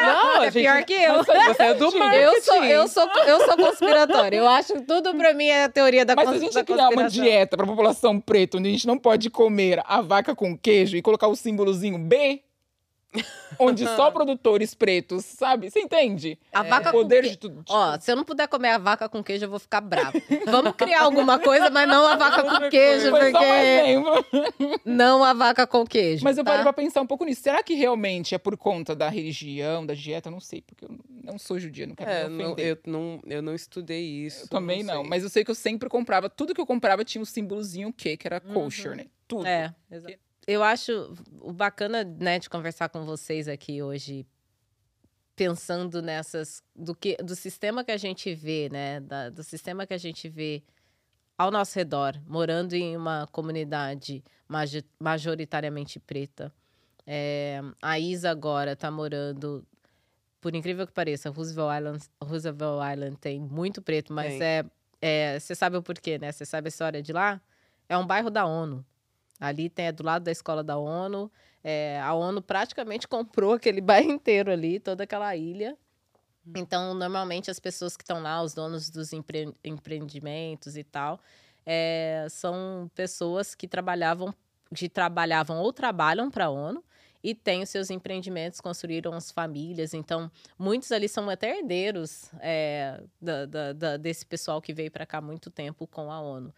Speaker 3: Não,
Speaker 2: É pior que eu.
Speaker 1: tá
Speaker 3: Você é do marketing.
Speaker 2: Eu sou, eu, sou, eu sou conspiratória. Eu acho que tudo pra mim é a teoria da,
Speaker 1: Mas
Speaker 2: cons-
Speaker 1: se a gente
Speaker 2: da
Speaker 1: criar uma
Speaker 2: conspiração.
Speaker 1: dieta pra população preta, onde a gente não pode comer a vaca com queijo e colocar o símbolozinho B, onde só produtores pretos, sabe? Você entende?
Speaker 2: A É. vaca
Speaker 1: o é. poder
Speaker 2: com
Speaker 1: de tudo.
Speaker 2: Ó, se eu não puder comer a vaca com queijo, eu vou ficar brava. Vamos criar alguma coisa, mas não a vaca
Speaker 1: é
Speaker 2: com queijo,
Speaker 1: Foi só um
Speaker 2: porque.
Speaker 1: exemplo.
Speaker 2: Não a vaca com queijo.
Speaker 1: Mas eu parei pra
Speaker 2: tá?
Speaker 1: pensar um pouco nisso. Será que realmente é por conta da religião, da dieta? Eu Não sei, porque eu não sou judia, não quero
Speaker 3: É,
Speaker 1: me
Speaker 3: não-
Speaker 1: ofender.
Speaker 3: eu, não, eu não estudei isso.
Speaker 1: Eu também não,
Speaker 3: sei.
Speaker 1: mas eu sei que eu sempre comprava, tudo que eu comprava tinha um símbolozinho que que era kosher, né? Tudo.
Speaker 2: É, exato. Eu acho o bacana, né, de conversar com vocês aqui hoje, pensando nessas do que do sistema que a gente vê, né, da- do sistema que a gente vê ao nosso redor, morando em uma comunidade majo- majoritariamente preta. É, a Isa agora está morando, por incrível que pareça, Roosevelt Island, Roosevelt Island tem muito preto, mas
Speaker 3: Tem.
Speaker 2: é é, você sabe o porquê, né? Você sabe a história de lá? É um bairro da ONU. Ali tem, é do lado da escola da ONU. É, a ONU praticamente comprou aquele bairro inteiro ali, toda aquela ilha. Então, normalmente, as pessoas que estão lá, os donos dos empre- empreendimentos e tal, é, são pessoas que trabalhavam, que trabalhavam ou trabalham para a ONU e têm os seus empreendimentos, construíram as famílias. Então, muitos ali são até herdeiros é, da- da- da- desse pessoal que veio para cá há muito tempo com a ONU.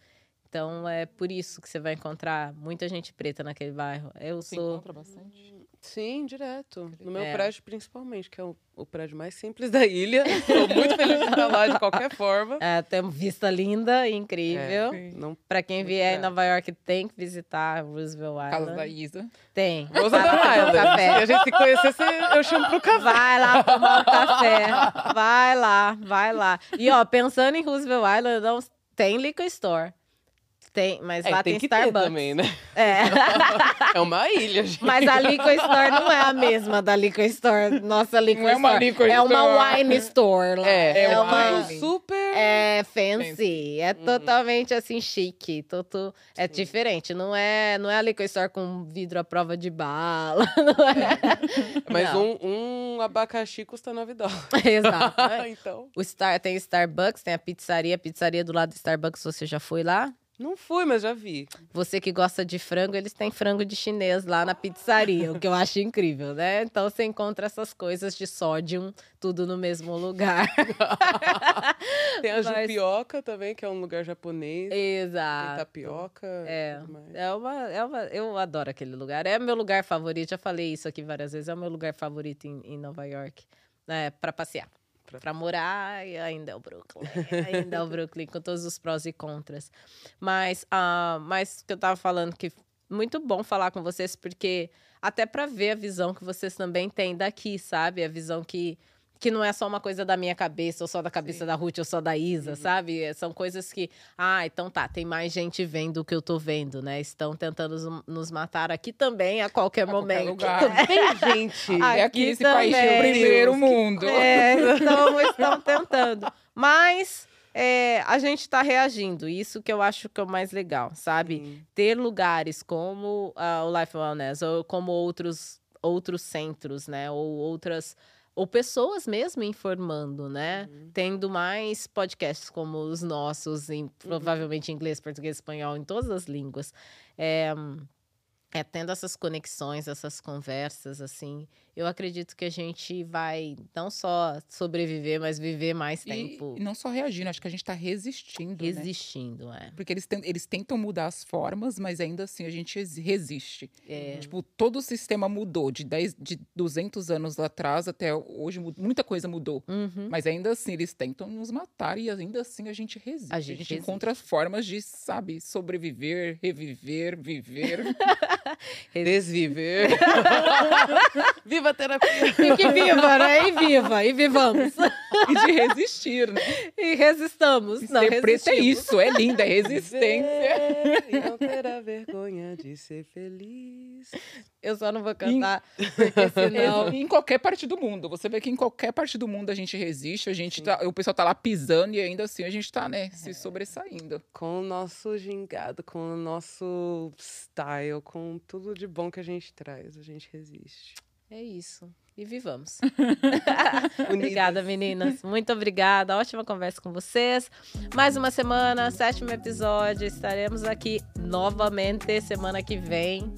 Speaker 2: Então, é por isso que você vai encontrar muita gente preta naquele bairro. Eu
Speaker 1: Se
Speaker 2: sou.
Speaker 1: encontra bastante.
Speaker 3: Sim, direto. No meu
Speaker 2: É.
Speaker 3: prédio, principalmente, que é o, o prédio mais simples da ilha. Estou muito feliz de estar lá de qualquer forma.
Speaker 2: É, tem uma vista linda,
Speaker 3: É.
Speaker 2: incrível.
Speaker 1: Sim.
Speaker 3: Não
Speaker 2: Pra quem
Speaker 3: Muito
Speaker 2: vier em
Speaker 3: grato.
Speaker 2: Nova York, tem que visitar Roosevelt Island.
Speaker 1: Casa da Isa.
Speaker 2: Tem.
Speaker 3: vou
Speaker 2: Vai lá
Speaker 3: usar
Speaker 2: tomar um
Speaker 3: nada. Se
Speaker 2: café.
Speaker 3: a gente se conhecesse, eu chamo pro café.
Speaker 2: Vai lá tomar um café. Vai lá, vai lá. E ó, pensando em Roosevelt Island, não, tem liquor store. Tem, mas lá
Speaker 3: É,
Speaker 2: tem,
Speaker 3: tem que ter
Speaker 2: Starbucks.
Speaker 3: também, né?
Speaker 2: É.
Speaker 3: É uma ilha, gente.
Speaker 2: Mas a liquor store não é a mesma da liquor store. Nossa liquor
Speaker 1: Não é uma
Speaker 2: store.
Speaker 1: liquor
Speaker 2: é uma
Speaker 1: store.
Speaker 2: wine store. lá.
Speaker 3: É,
Speaker 1: É
Speaker 3: é
Speaker 2: uma
Speaker 1: wine.
Speaker 3: super.
Speaker 2: É fancy, é
Speaker 3: Uhum.
Speaker 2: totalmente assim chique, todo é diferente, não é, não é a liquor store com vidro à prova de bala, não é.
Speaker 3: Mas
Speaker 2: Não.
Speaker 3: um, um abacaxi custa 9 dólares.
Speaker 2: Exato.
Speaker 3: então.
Speaker 2: O Star tem Starbucks, tem a pizzaria, a pizzaria do lado do Starbucks, você já foi lá?
Speaker 3: Não fui, mas já vi.
Speaker 2: Você que gosta de frango, eles têm frango de chinês lá na pizzaria, o que eu acho incrível, né? Então você encontra essas coisas de sódio, tudo no mesmo lugar.
Speaker 3: Tem a
Speaker 2: Mas-
Speaker 3: Jupioca também, que é um lugar japonês. Tem
Speaker 2: Exato.
Speaker 3: tapioca.
Speaker 2: É.
Speaker 3: tudo mais.
Speaker 2: É uma, é uma, eu adoro aquele lugar. É meu lugar favorito. Já falei isso aqui várias vezes. É o meu lugar favorito em, em Nova York. É, para passear.
Speaker 3: Pra-
Speaker 2: Para morar, e ainda é o Brooklyn. Ainda é o Brooklyn, com todos os prós e contras. Mas, ah, mas que eu tava falando que muito bom falar com vocês, porque até para ver a visão que vocês também têm daqui, sabe? A visão que, que não é só uma coisa da minha cabeça, ou só da cabeça da Ruth, ou só da Isa,
Speaker 1: Uhum.
Speaker 2: sabe? É, São coisas que ah, então tá, tem mais gente vendo o que eu tô vendo, né? Estão tentando nos- nos matar aqui também a qualquer
Speaker 1: qualquer
Speaker 2: momento.
Speaker 1: lugar.
Speaker 3: Tem gente.
Speaker 2: Ah,
Speaker 1: é aqui
Speaker 2: Aqui
Speaker 1: esse país do
Speaker 2: também.
Speaker 1: primeiro mundo.
Speaker 2: É, então estão tentando. Mas é, a gente tá reagindo. Isso que eu acho que é o mais legal, sabe?
Speaker 3: Sim.
Speaker 2: Ter lugares como ah, o Life Wellness, ou como outros, outros centros, né? Ou outras. Ou pessoas mesmo informando, né?
Speaker 3: Uhum.
Speaker 2: tendo mais podcasts como os nossos,
Speaker 1: Uhum.
Speaker 2: em, provavelmente em inglês, português, espanhol, em todas as línguas. É, hum, é tendo essas conexões, essas conversas, assim, eu acredito que a gente vai não só sobreviver, mas viver mais
Speaker 1: E,
Speaker 2: tempo
Speaker 1: e não só reagindo, acho que a gente tá resistindo, né?
Speaker 2: existindo, é.
Speaker 1: Porque eles, ten- eles tentam mudar as formas, mas ainda assim a gente exi- resiste.
Speaker 2: É.
Speaker 1: Tipo, todo o sistema mudou de, 10, de 200 anos lá atrás até hoje, mu- muita coisa mudou.
Speaker 2: Uhum.
Speaker 1: Mas ainda assim, eles tentam nos matar e ainda assim a gente resiste.
Speaker 2: A
Speaker 1: A
Speaker 2: gente
Speaker 1: gente,
Speaker 2: resiste.
Speaker 1: encontra formas de, sabe, sobreviver, reviver, viver.
Speaker 3: Desviver. Viva a terapia.
Speaker 2: Fique viva, né? E viva, e vivamos.
Speaker 1: e de resistir, né?
Speaker 2: E resistamos.
Speaker 1: E
Speaker 2: Não,
Speaker 1: ser preto é
Speaker 2: resistimos.
Speaker 1: isso, é linda, é resistência.
Speaker 3: Viver e Não terá vergonha de ser feliz.
Speaker 2: Eu só não vou cantar, porque senão...
Speaker 1: Em qualquer parte do mundo. Você vê que em qualquer parte do mundo a gente resiste, a gente tá, o pessoal tá lá pisando e ainda assim a gente tá, né,
Speaker 2: É.
Speaker 1: se sobressaindo.
Speaker 3: Com o nosso gingado, com o nosso style, com tudo de bom que a gente traz, a gente resiste.
Speaker 2: É isso. E vivamos.
Speaker 3: Obrigada.
Speaker 2: Obrigada, meninas. Muito obrigada. Ótima conversa com vocês. Mais uma semana, sétimo episódio. Estaremos aqui novamente semana que vem.